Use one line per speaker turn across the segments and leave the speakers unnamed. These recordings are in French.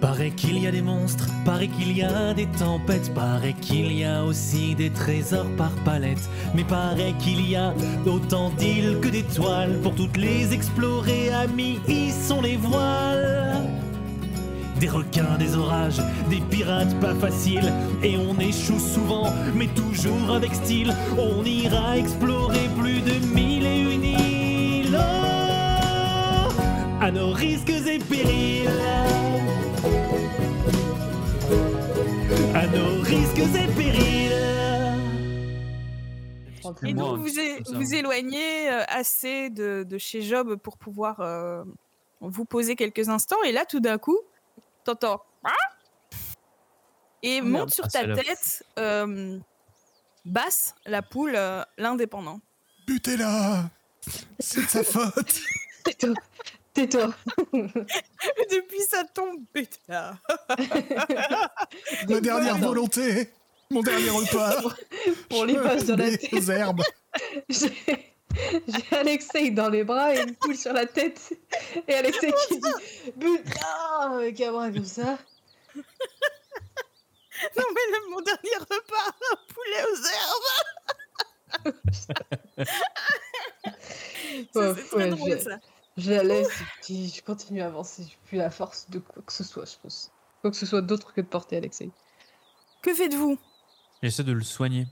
Paraît qu'il y a des monstres, paraît qu'il y a des tempêtes, paraît qu'il y a aussi des trésors par palette. Mais paraît qu'il y a autant d'îles que d'étoiles, pour toutes les explorer, amis, y sont les voiles. Des requins, des orages, des pirates pas faciles, et on échoue souvent, mais toujours avec style. On ira explorer plus de mille et une îles, Oh, à nos risques et périls à nos risques et périls.
Et
Moi,
donc, vous, é-
comme ça. hein.
vous éloignez euh, assez de, de chez Job pour pouvoir euh, vous poser quelques instants. Et là, tout d'un coup, t'entends. Ah Et
merde.
monte sur
Ah,
ta
c'est la-
tête euh, Basse, la poule, euh, l'indépendant.
Butez-la C'est de sa faute
Tais-toi. Tais-toi.
Depuis sa tombe, putain.
Ma dernière
Voilà.
volonté Mon dernier repas
On les passe dans la tête.
Des herbes
J'ai j'ai Alexei dans les bras et une poule sur la tête. Et Alexei qui dit Putain Avec un bras comme ça.
Non, mais le- mon dernier repas, un poulet aux herbes. Ça,
Ouais,
c'est très
ouais,
drôle,
je-
ça.
Je la laisse et puis je continue à avancer. J'ai plus la force de quoi que ce soit, je pense. Quoi que ce soit d'autre que de porter Alexei.
Que faites-vous
J'essaie de le soigner.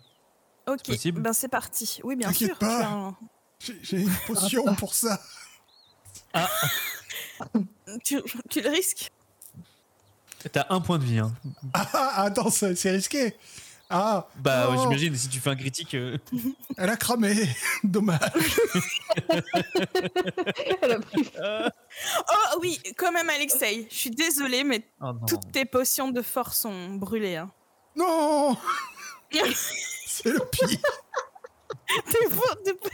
Ok,
possible
ben c'est parti. Oui, bien
T'inquiète
sûr.
pas.
tu as un-
J'ai j'ai une potion pour ça
Tu, tu le risques
T'as un point de vie. Hein.
Ah, ah, attends, ça- c'est risqué Ah,
Bah,
Oh.
j'imagine, si tu fais un critique. euh,
elle a cramé Dommage
Elle a pris
Oh oui, quand même Alexei, je suis désolée, mais
Oh non.
toutes tes potions de force sont brûlées. Hein.
Non C'est le pire
tes, po- tes po-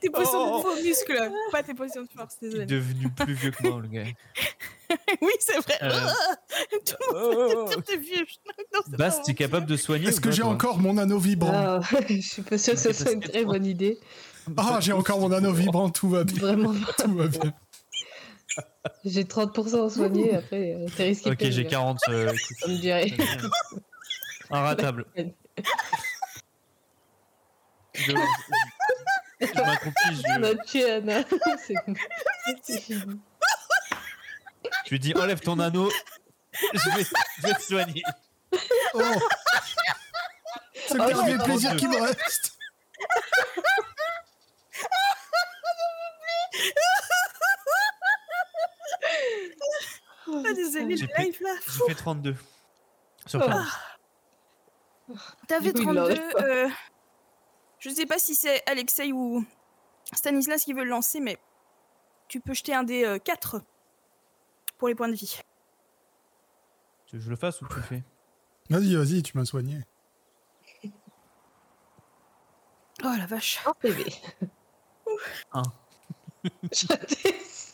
tes potions
Oh.
de faux muscles, pas tes potions de force,
Il est
désolée.
devenu plus vieux que moi, le gars.
oui, c'est vrai.
Euh.
Oh, Tout
Oh,
le monde est vieux. Non, c'est
Bast,
pas
t'es
vrai.
capable de soigner
Est-ce
ou
que
pas,
j'ai
toi
encore mon anneau
Ah,
vibrant
je suis pas sûre que ce soit une très bonne idée.
Ah, j'ai encore mon anneau vibrant, tout va bien,
Vraiment,
tout va bien.
j'ai 30% soigné. Après, euh, t'es risqué.
Ok, j'ai 40. euh, écoute,
Vous me direz.
Inratable. Je, je, je m'accroupis,
On a
je,
tué Anna. hein. C'est c'est fini.
je lui dis enlève ton anneau, je vais, je vais te soigner.
Oh. C'est le
Oh,
dernier
j'ai
plaisir
envie.
qui me reste
Ah, désolée,
J'ai
le
fait-
live là.
Je fais 32. Sur
Oh.
40.
T'avais
Du coup, il l'enlève
32. euh, je sais pas si c'est Alexei ou Stanislas qui veut le lancer, mais tu peux jeter un des 4 pour les points de vie.
Tu veux que je le fasse ou tu le fais
Vas-y, vas-y, tu m'as soigné.
Oh la vache.
Un PV.
Un.
Je déteste.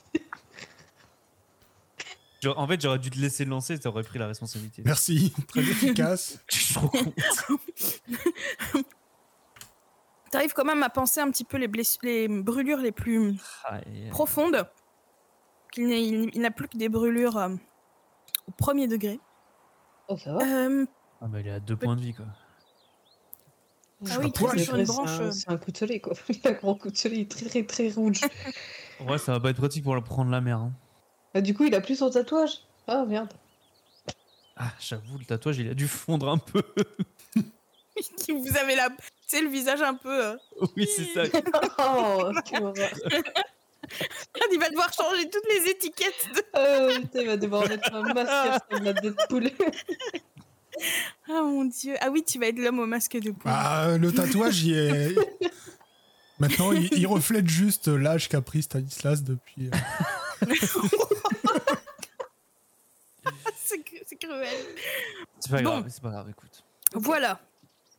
J'aurais- En fait, j'aurais dû te laisser le lancer, t'aurais pris la responsabilité.
Merci, très efficace.
Je suis trop con.
T'arrives quand même à penser un petit peu les, blessu- les brûlures les plus
Ah, et-
profonde. qu'il n'est- Il il n'a plus que des brûlures euh, au premier degré.
Oh, ça va.
Euh,
ah, bah, il est à 2 points de vie quoi.
ah oui, il
poil.
tombe sur une
C'est un-
branche. euh,
C'est un coup de soleil, quoi. Il a un grand coup de soleil très, très, très rouge.
Ouais, ça va pas être pratique pour le prendre la mer. hein.
Bah, du coup, il a plus son tatouage. Ah, merde.
Ah, j'avoue, le tatouage il a dû fondre un peu.
qui Vous avez la, c'est le visage un peu. euh,
oui, c'est ça.
Oh, quelle horreur.
Il va devoir changer toutes les étiquettes. de-
Ah, putain, il va devoir mettre un masque à la Deadpool.
Ah mon dieu. Ah oui, tu vas être l'homme au masque de poule.
Ah.
Bah, le tatouage, il est. Maintenant, il, il reflète juste l'âge qu'a pris Stanislas depuis. euh,
C'est cru- c'est cruel.
C'est pas
Bon.
grave, c'est pas grave, écoute.
Voilà.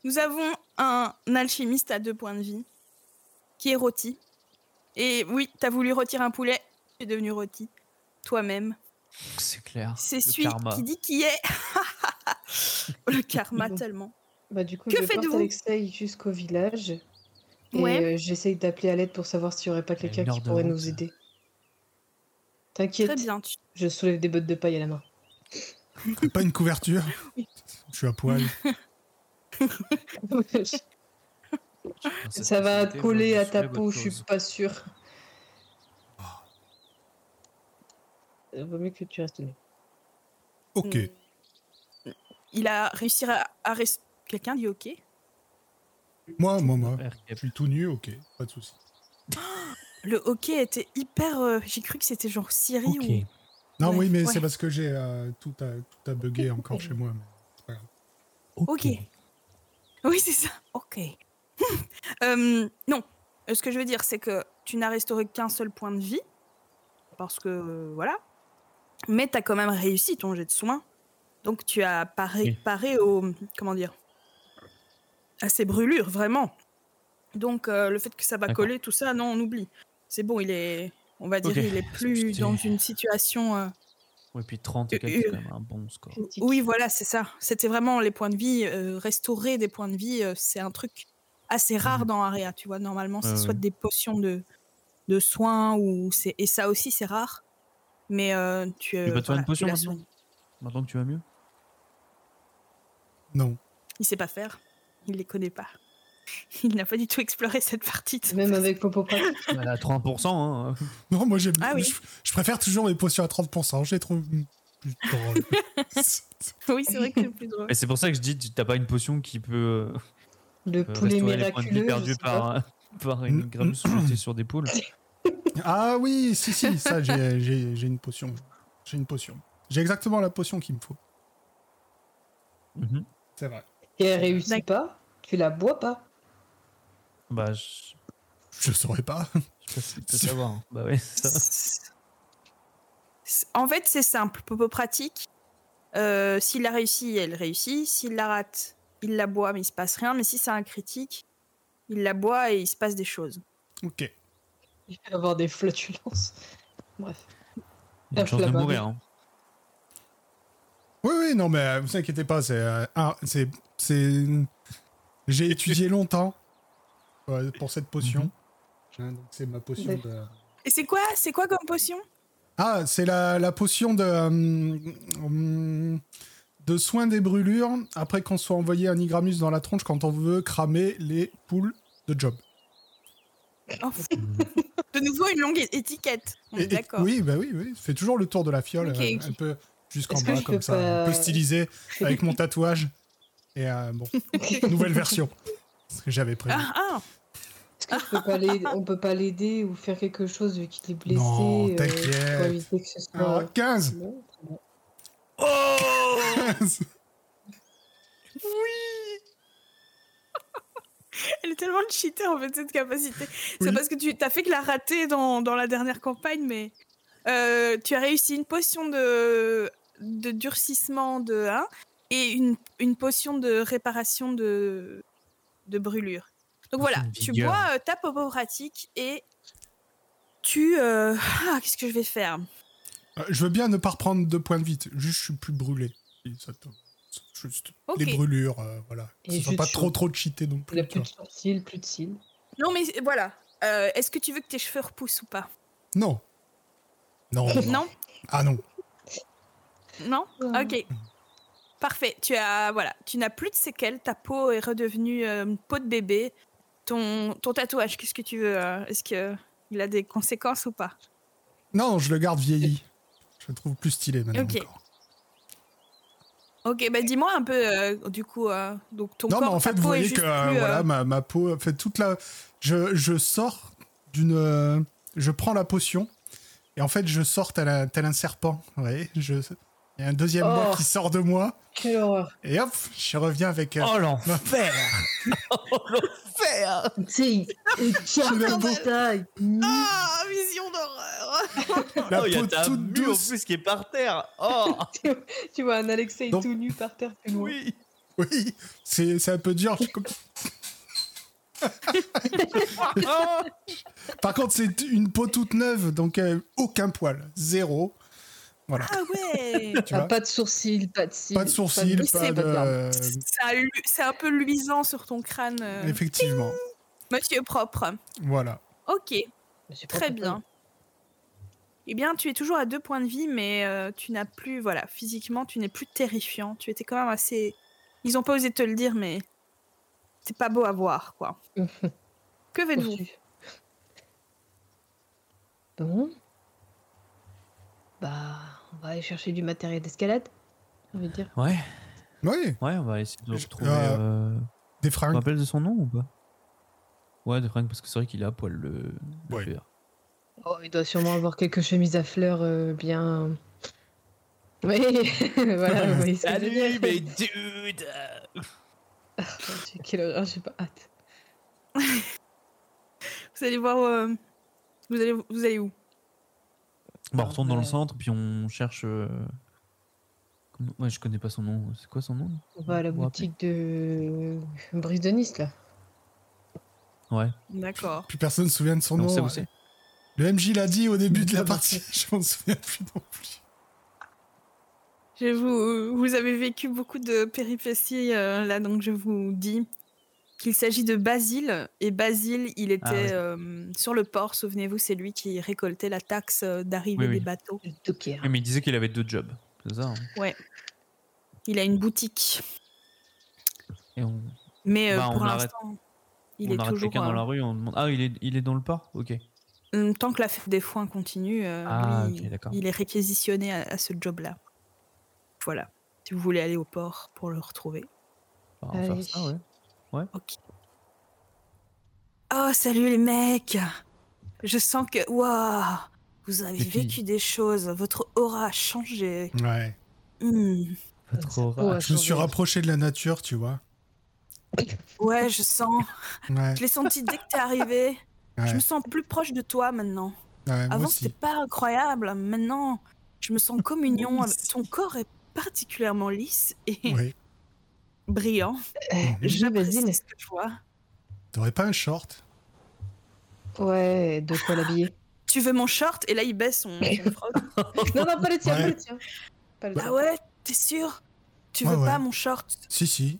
Nous avons un alchimiste à deux points de vie qui est rôti. Et oui, t'as voulu retirer un poulet, tu es devenu rôti toi-même.
C'est clair.
C'est
Le
celui
karma.
qui dit qui est. le karma tellement.
Bah, du coup,
Que
je porte
faites-vous
Alexei jusqu'au village. Et
Ouais.
euh, j'essaye d'appeler à l'aide pour savoir s'il n'y aurait pas
y a une
quelqu'un qui
heure de
pourrait
route.
nous aider.
Très
T'inquiète,
bien. tu-
je soulève des bottes de paille à la main.
euh, Pas une couverture. Je suis à poil.
Ça va te coller à ta peau, je suis pas sûre.
Oh.
Il Euh, Vaut mieux que tu restes nu.
Ok.
Mm. Il a réussi à, à res- Quelqu'un dit ok
Moi, moi, moi. Je suis tout nu, ok. Pas de soucis.
Le ok était hyper. euh, J'ai cru que c'était genre Siri
Ok.
ou.
Non,
Ouais,
oui, mais
ouais.
c'est parce que j'ai euh, tout, a, tout a bugué encore chez moi. mais-
Ok. Oui, c'est ça. Ok. Euh, non. Euh, Ce que je veux dire, c'est que tu n'as restauré qu'un seul point de vie. Parce que, euh, voilà. Mais tu as quand même réussi ton jet de soins. Donc tu as pas réparé au. Comment dire À ses brûlures, vraiment. Donc euh, le fait que ça va
D'accord.
coller, tout ça, non, on oublie. C'est bon, il est. On va dire,
Ok.
il est plus
C'était-
dans une situation. euh,
Ouais, puis 30 et
Euh,
quelques, c'est
euh.
quand même un bon score.
oui, voilà, c'est ça. C'était vraiment les points de vie. euh, restaurer des points de vie, euh, c'est un truc assez rare dans Area, tu vois. Normalement, c'est
Mmh Ouais,
soit
ouais.
des potions de, de soins, ou c'est et ça aussi, c'est rare. Mais euh, tu, euh,
peux te faire une
tu
potion
l'as
maintenant
soigné.
Maintenant que tu vas mieux
Non.
Il sait pas faire. Il les connaît pas. Il n'a pas du tout exploré cette partie. de-
Même avec Popoprac.
Elle a 30%, hein.
Non, moi, j'aime-
Ah oui.
je, je préfère toujours les potions à 30%. Je les trouve plus drôles.
Oui, c'est vrai que c'est plus drôle.
Et c'est pour ça que je dis, tu- t'as pas une potion qui peut euh,
Le poulet
restaurer les points de
miraculeux.
vie
je
perdus
sais pas.
par, euh, par une
Mm.
grammeuse jetée sur des poules.
ah oui, si, si, ça, j'ai- j'ai j'ai une potion. J'ai une potion. J'ai exactement la potion qu'il me faut.
Mhm.
C'est vrai.
Et elle réussit
D'accord.
pas, tu la bois pas.
Bah, je,
Je saurais pas.
je peux, je peux savoir. hein. Bah ouais, c'est ça.
C'est- En fait, c'est simple. Popo pratique. euh, s'il la réussit, elle réussit. S'il la rate, il la boit, mais il se passe rien. Mais si c'est un critique, il la boit et il se passe des choses.
Ok.
Il va avoir des flatulences. Bref.
Il y a une
Je
chance de
l'avais
mourir. hein.
Oui, oui, non, mais euh, vous inquiétez pas, c'est. euh, un- c'est- c'est- J'ai étudié longtemps euh, pour cette potion. Hein, donc c'est ma potion de.
Et c'est quoi C'est quoi comme potion
Ah, c'est la, la potion de. euh, hum, de soin des brûlures après qu'on soit envoyé un igramus dans la tronche quand on veut cramer les poules de job.
Oh, De nouveau, une longue é- étiquette. On
Ah,
Et-
est
et-
d'accord.
oui, bah oui, oui. Fait toujours le tour de la fiole,
Ok,
euh,
ok.
un peu jusqu'en
Est-ce que
bas
je
comme
peux
ça,
pas-
un peu stylisé avec mon tatouage. Et euh, bon, nouvelle version. Ce que j'avais prévu.
Ah, ah
On peut pas l'aider- on peut pas l'aider ou faire quelque chose vu qu'il est blessé.
Non,
euh,
t'inquiète. Ah,
pour éviter que ce soit-
Alors, 15
Non, très bien.
Elle est tellement cheatée en fait cette capacité. C'est
Oui.
parce que tu t'as fait que la ratée dans, dans la dernière campagne, mais euh, tu as réussi une potion de, de durcissement de 1 et une, une potion de réparation de, de brûlure. Donc voilà,
Potion de
tu
vigueur.
bois euh, ta popo pratique et tu... euh, Ah, qu'est-ce que je vais faire
Euh, Je veux bien ne pas reprendre de points de vie. t- Juste, je suis plus brûlé. Et ça te- c'est Juste
Ok.
les brûlures, euh, voilà.
Et
Ce
juste
soit pas
chaud.
trop trop cheaté non
Il a
plus. tu
plus de
vois.
sourcils, plus de cils.
Non mais voilà, Euh, est-ce que tu veux que tes cheveux repoussent ou pas
Non. Non, non.
Non
Ah non.
Non
Ah, Mm.
Ok. Parfait. Tu as voilà, tu n'as plus de séquelles. Ta peau est redevenue euh, une peau de bébé. Ton, ton tatouage, qu'est-ce que tu veux euh, Est-ce que euh, il a des conséquences ou pas
Non, je le garde vieilli. Je le trouve plus stylé maintenant.
Ok.
encore.
Ok, bah dis-moi un peu euh, du coup. euh, donc ton
Non, mais
corps,
en
ta
fait, vous
peau est
voyez
juste
que euh,
plus, euh,
voilà, ma, ma peau. en Fait toute la. Je, je sors d'une. euh, Je prends la potion. Et en fait, je sors tel un, tel un serpent. Vous voyez je... Il y a un deuxième
Oh.
moi qui sort de moi.
Quelle horreur.
Et hop, je reviens avec. euh,
Oh l'enfer Oh l'enfer
Tigre, et
l'aime beaucoup.
taille.
Ah, vision d'horreur.
La
Oh, il y
peau
a ta
toute
mue en
douce.
plus qui est par terre Oh
Tu vois un Alexei
Donc-
tout nu par terre plus loin.
Oui
Oui, c'est c'est un peu dur. je suis comme-
Ah
Par contre, c'est une peau toute neuve, donc euh, aucun poil, zéro. Voilà.
Ah ouais.
Tu
Ah,
vois
pas de sourcils, pas de cils.
pas de
nez,
sourcils, pas
c'est
de.
barbe.
euh,
Ça lu- C'est un peu luisant sur ton crâne, euh,
Effectivement.
monsieur propre.
Voilà.
Ok,
Mais c'est pas
très
pour ça.
bien. Eh bien, tu es toujours à deux points de vie, mais euh, tu n'as plus, voilà, physiquement, tu n'es plus terrifiant. Tu étais quand même assez. Ils n'ont pas osé te le dire, mais c'est pas beau à voir, quoi. que faites-vous
Poursuivre. Bon. Bah, on va aller chercher du matériel d'escalade. J'ai envie de dire.
Ouais,
Oui,
ouais, on va essayer de
Je-
retrouver.
euh,
euh,
des
Tu te
fringues.
rappelles de son nom ou pas Ouais, de Frank, parce que c'est vrai qu'il a à poil le. le
Ouais.
PR.
Oh, il doit sûrement avoir quelques chemises à fleurs euh, bien. Oui, voilà, vous voyez ce que je veux dire.
dude
Quelle horreur, j'ai pas hâte.
Vous allez voir. euh, Vous, allez, vous allez où
Bon, Bah, on retourne dans le
Ouais.
centre, puis on cherche. euh, comment- Ouais, je connais pas son nom. C'est quoi son nom
On va à la
Vous vous
boutique de Brice de Nice, là.
Ouais,
D'accord.
Plus personne ne se souvient de son
on
nom. hein. euh,
sait où c'est.
Le MJ l'a dit au début de la
Ah bah,
partie. Je m'en souviens plus non plus.
Je vous, vous avez vécu beaucoup de péripéties euh, là, donc je vous dis qu'il s'agit de Basile. Et Basile, il était
Ah ouais.
euh, sur le port, souvenez-vous, c'est lui qui récoltait la taxe euh, d'arrivée
Oui, oui.
des bateaux.
Le docker.
Oui, mais il disait qu'il avait deux jobs. C'est ça. hein.
Il a une boutique.
Et on,
Mais euh,
Bah, on
pour
arrête-
l'instant, il
on
est
arrête
toujours.
quelqu'un dans
euh,
la rue, on demande. Ah, il est, il est dans le port Ok.
Hum, Tant que la fête des foins continue, euh,
Ah,
lui,
ok, d'accord.
il est réquisitionné à, à ce job-là. Voilà. Si vous voulez aller au port pour le retrouver.
Bah, on va faire
Allez.
ça, ouais.
Ok. Oh, salut les mecs Je sens que... Waouh Vous avez
Les filles.
vécu des choses. Votre aura a changé.
Ouais.
Hmm.
Pas trop
Oh,
rare.
ouais.
Je me suis rapproché de la nature, tu vois.
Ouais, je sens.
Ouais.
Je l'ai senti dès que t'es arrivé.
ouais,
Je me sens plus proche de toi maintenant.
ouais, Ah, moi
Avant,
aussi.
c'était pas incroyable. hein, Maintenant, je me sens en communion.
Moi
avec-
aussi.
Ton corps est particulièrement lisse et
Oui.
brillant.
Euh, Je
J'apprécie
Basile.
ce que je vois.
T'aurais pas un short
Ouais, de quoi l'habiller.
Tu veux mon short Et là, il baisse son, son froc.
non, non, pas le tien, pas
Ouais.
le tien. Pas le tien.
Ah ouais T'es sûr Tu
Ouais,
veux pas
ouais.
mon short
Si, si.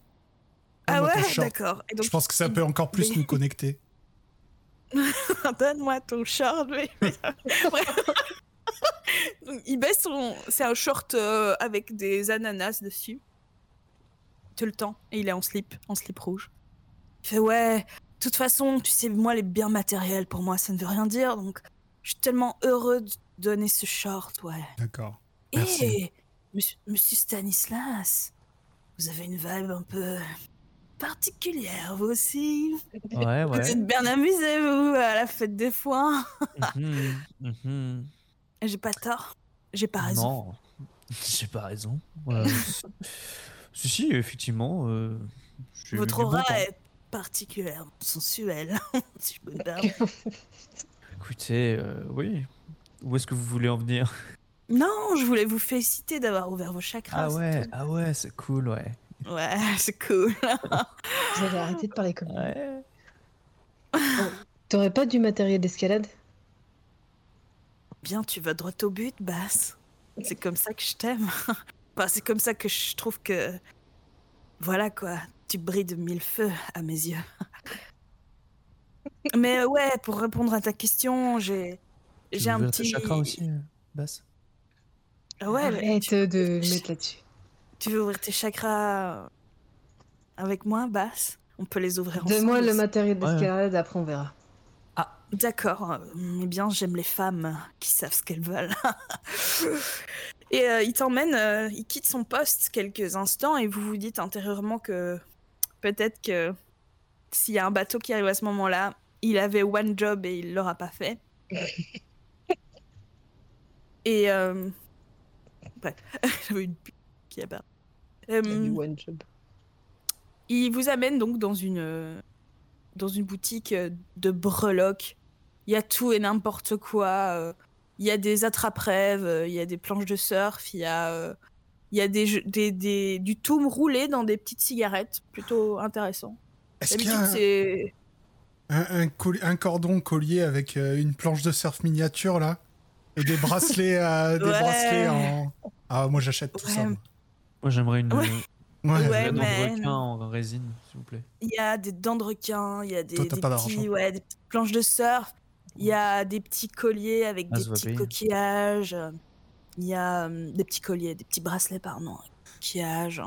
Ah
Donne-moi ton
ouais
short.
D'accord. Et donc,
Je pense que ça peut encore plus
Mais-
nous connecter.
donne-moi ton short. mais- Bref. donc, il baisse son. C'est un short euh, avec des ananas dessus. Tout le temps. Et il est en slip, en slip rouge. Il fait Ouais, de toute façon, tu sais, moi, les biens matériels, pour moi, ça ne veut rien dire. Donc, je suis tellement heureux de te donner ce short, ouais.
D'accord.
Eh,
Merci.
monsieur, monsieur Stanislas, vous avez une vibe un peu particulière, vous aussi.
Ouais,
Vous
ouais.
êtes bien amusé, vous, à la fête des foins.
Mhm, mhm.
J'ai pas tort. J'ai pas raison.
Non, j'ai pas raison. Euh, si, si, effectivement. euh, j'ai eu
Votre
du bon
aura
temps.
est particulièrement sensuelle. si je peux me permettre.
Écoutez, euh, oui. Où est-ce que vous voulez en venir
non, je voulais vous féliciter d'avoir ouvert vos chakras.
Ah
c'est
ouais, ah ouais, c'est cool, ouais.
tout. Ouais, c'est cool.
Vous allez arrêter de parler comme ça.
Ouais.
T'aurais pas du matériel d'escalade
Bien, tu vas droit au but, Basse. C'est comme ça que je t'aime. Enfin, c'est comme ça que je trouve que. Voilà quoi, tu brilles de mille feux à mes yeux. Mais euh, ouais, pour répondre à ta question, j'ai.
Tu
J'ai un
veux tes
petit.
chakras aussi, euh, Basse
Ah ouais, mais
Arrête
tu,
de me mettre là-dessus.
tu veux ouvrir tes chakras avec moi, Basse On peut les ouvrir ensemble.
Donne-moi le matériel
Ouais.
d'escalade, après on verra.
D'accord. Eh bien, j'aime les femmes qui savent ce qu'elles veulent. et euh, il t'emmène, euh, il quitte son poste quelques instants et vous vous dites intérieurement que peut-être que s'il y a un bateau qui arrive à ce moment-là, il avait one job et il l'aura pas fait. et euh, bref, j'avais une pute qui apparaît.
Il y a du
Euh,
one job.
il vous amène donc dans une, euh, dans une boutique euh, de breloques. Il y a tout et n'importe quoi. euh, Il y a des attrape-rêves, euh, il y a des planches de surf, il y a, euh, il y a des, jeux- des, des- du toum roulé dans des petites cigarettes. Plutôt intéressant.
Est-ce qu'il y
D'habitude,
a un,
c'est.
un- un colli- un cordon collier avec euh, une planche de surf miniature, là Et des bracelets, euh, des
Ouais.
bracelets en... Ah, moi, j'achète tout
Ouais.
ça. moi.
Moi, j'aimerais une.
Ouais.
euh,
Ouais.
Ouais,
Là, dans
mais-
le requin en résine, s'il vous plaît.
Il y a des dents de requin, il y a des,
Toi, t'as
des
pas
petits-
d'argent.
ouais, des petites planches de surf. Il y a des petits colliers avec
Ah,
des
ça va
petits
payer.
coquillages. Il y a euh, des petits colliers, des petits bracelets, pardon, avec des coquillages.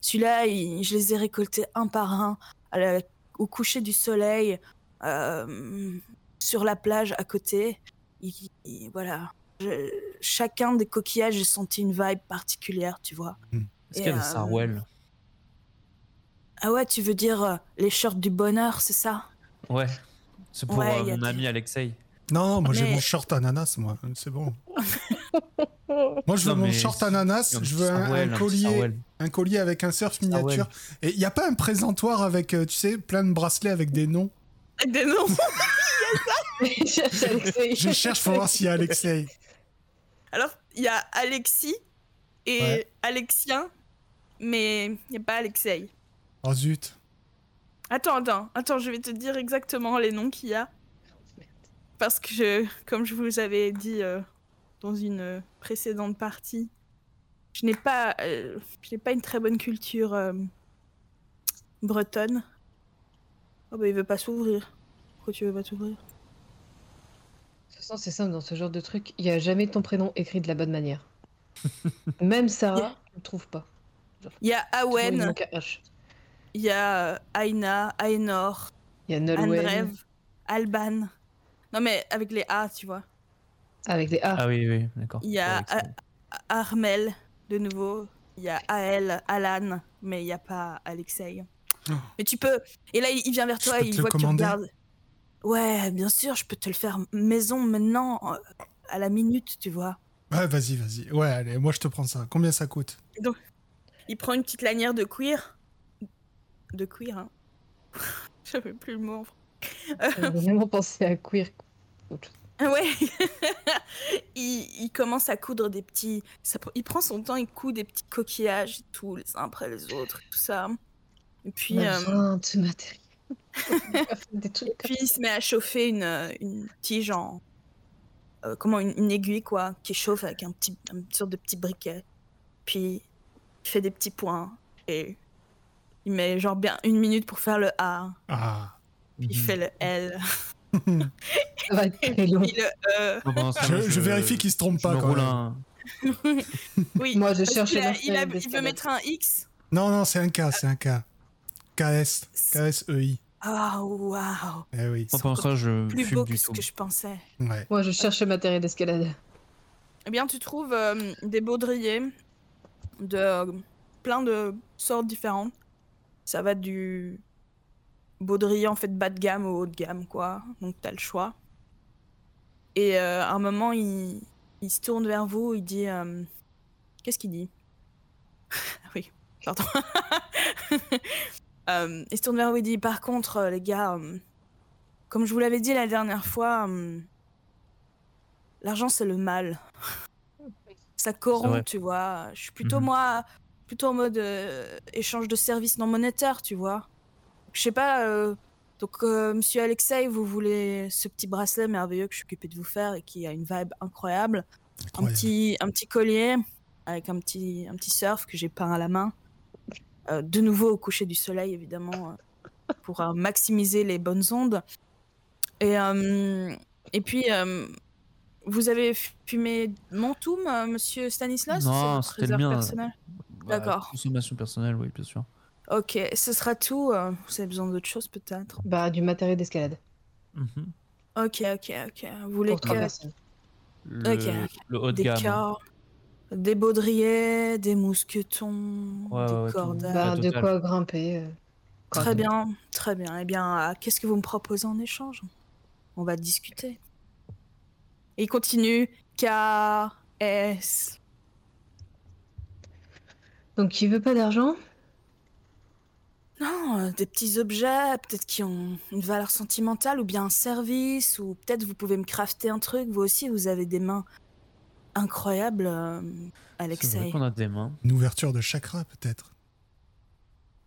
Celui-là, il- je les ai récoltés un par un à la- au coucher du soleil euh, sur la plage à côté. Il- il- voilà. Je- chacun des coquillages, j'ai senti une vibe particulière, tu vois.
Est-ce qu'il y a
Et,
des
euh,
sarouels
Ah ouais, tu veux dire euh, les shorts du bonheur, c'est ça
Ouais. C'est pour
ouais,
euh,
il y a
mon
des-
ami Alexei.
Non, non, moi j'ai
Mais-
mon short ananas, moi. C'est bon. moi je veux
Non,
mon
mais
short
si-
ananas,
Un
je
petit
veux un,
sarouel,
un
petit
collier,
sarouel.
un collier avec un surf
sarouel.
miniature. Et il n'y a pas un présentoir avec, euh, tu sais, plein de bracelets avec des noms.
Avec des noms
Je cherche Alexei.
Je cherche pour voir s'il y a Alexei.
Alors, il y a Alexis et
Ouais.
Alexien, mais il n'y a pas Alexei.
Oh zut.
Attends, attends, attends, je vais te dire exactement les noms qu'il y a. Parce que, je- comme je vous avais dit euh, dans une précédente partie, je n'ai pas, euh, je n'ai pas une très bonne culture euh, bretonne. Oh bah il veut pas s'ouvrir. Pourquoi tu veux pas t'ouvrir
De toute façon, c'est simple dans ce genre de truc, il n'y a jamais ton prénom écrit de la bonne manière. Même Sarah, je ne trouve pas.
Il y a
Toujours, Il
Awen,
manque un H.
il y a euh, Aina, Aenor,
Il y a Nolwenn
Andrev, Alban. Non mais avec les A, tu vois.
avec des A.
Ah oui, oui, d'accord.
Il y a,
Alexei.
A- Armel, de nouveau. Il y a Ael, Alan, mais il n'y a pas Alexei.
Oh.
Mais tu peux. Et là, il il vient vers
Je
toi
peux
et
te
il
le
voit que tu
commander
regardes. Ouais, bien sûr, je peux te le faire maison maintenant, euh, à la minute, tu vois.
Ouais, vas-y, vas-y. Ouais, allez, moi je te prends ça. Combien ça coûte
Il prend une petite lanière de cuir. De cuir, hein. J'avais plus le mot en français.
J'avais vraiment pensé à queer. Autre chose.
Ah Ouais. il, il commence à coudre des petits. ça pr- il prend son temps, il coud des petits coquillages et tout, les uns après les autres, tout ça. Et puis,
On a
euh,
besoin de ce matériel. des trucs comme
puis il se met à chauffer une, euh, une tige en. euh, comment une, une aiguille, quoi, qui chauffe avec un petit, une sorte de petit briquet. Puis il fait des petits points et il met genre bien une minute pour faire le A,
Ah.
puis il
Mhm.
fait le L,
ça va être très long.
puis le E.
Bon, pendant ce
Je,
temps-là,
je vérifie qu'il se trompe
Ah, je
pas
me
quand
roule
même.
un-
Oui.
Moi, je
parce
cherche
qu'il a-
l'instant
il, a- il veut
d'escalade.
mettre un X.
Non, non, c'est un K, c'est un K. KS. KSEI.
Ah, waouh!
E Eh oui.
Moi, pendant ce temps-là, je
Plus
euh, fume
beau
du
que ce
tout.
que je pensais.
Ouais.
Moi, je cherche le matériel d'escalade.
Eh bien, tu trouves euh, des baudriers de euh, plein de sortes différentes. Ça va du baudrier en fait bas de gamme au haut de gamme, quoi. Donc, t'as le choix. Et euh, à un moment, il, il se tourne vers vous, il dit... euh, Qu'est-ce qu'il dit Ah oui, pardon. Euh, il se tourne vers vous, il dit, par contre, euh, les gars, euh, comme je vous l'avais dit la dernière fois, euh, l'argent, c'est le mal. Ça
C'est
corrompt,
vrai.
tu vois. Je suis plutôt,
Mhm.
moi, plutôt en mode euh, échange de services non monétaires, tu vois. Je sais pas... euh, donc, euh, monsieur Alexei, vous voulez ce petit bracelet merveilleux que je suis occupée de vous faire et qui a une vibe incroyable un
incroyable.
petit, un petit collier avec un petit, un petit surf que j'ai peint à la main. Euh, de nouveau au coucher du soleil, évidemment, euh, pour euh, maximiser les bonnes ondes. Et, euh, et puis, euh, vous avez f- fumé Montoum, euh, monsieur Stanislas ou c'est
Non,
votre
c'était le
réserve
mien.
personnelle
Bah,
D'accord.
Consommation personnelle, oui, bien sûr.
Ok, ce sera tout. euh, vous avez besoin d'autre chose, peut-être
Bah, du matériel d'escalade
Mhm.
Ok, ok, ok. Vous voulez
pour trois
que...
personnes.
Le,
Ok,
le haut de
des
gamme. hein.
corps, des baudriers, des mousquetons,
Ouais,
des
ouais, ouais, tout.
cordages.
Bah, de
total.
quoi grimper. euh, quand
Très
même.
bien, très bien. Eh bien, euh, qu'est-ce que vous me proposez en échange On va discuter. Et il continue. K, S.
Donc, il veut pas d'argent
Non, euh, des petits objets, peut-être qui ont une valeur sentimentale ou bien un service, ou peut-être vous pouvez me crafter un truc. Vous aussi, vous avez des mains incroyables, euh,
C'est vrai
Alexei.
qu'on a des mains.
Une ouverture de chakra, peut-être.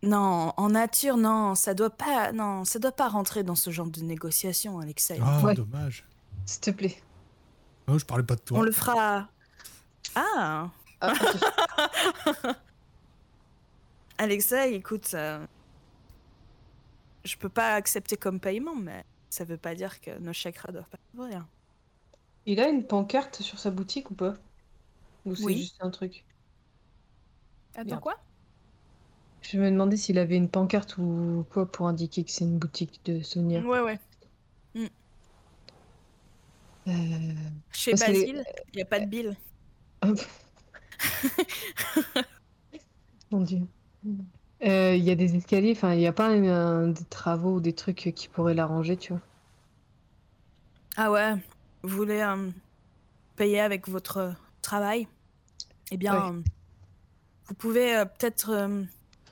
Non, en nature, non, ça doit pas, non, ça doit pas rentrer dans ce genre de négociation, Alexei.
Ah,
Ouais.
dommage.
S'il te plaît.
Oh, je parlais pas de toi.
On le fera. Ah.
Ah,
Alexa, écoute, euh, je peux pas accepter comme paiement, mais ça veut pas dire que nos chakras doivent pas ouvrir.
Il a une pancarte sur sa boutique ou pas Ou c'est
Oui.
juste un truc
Attends,
Merde.
quoi
Je me demandais s'il avait une pancarte ou quoi pour indiquer que c'est une boutique de souvenirs.
Ouais, ouais.
Euh,
Chez
Parce que les-
Basile, il n'y a pas de bile.
Mon dieu. Euh, Il y a des escaliers, enfin, il n'y a pas un- un- des travaux ou des trucs qui pourraient l'arranger, tu vois.
Ah ouais, vous voulez euh, payer avec votre euh, travail Eh bien, euh, vous pouvez euh, peut-être. euh,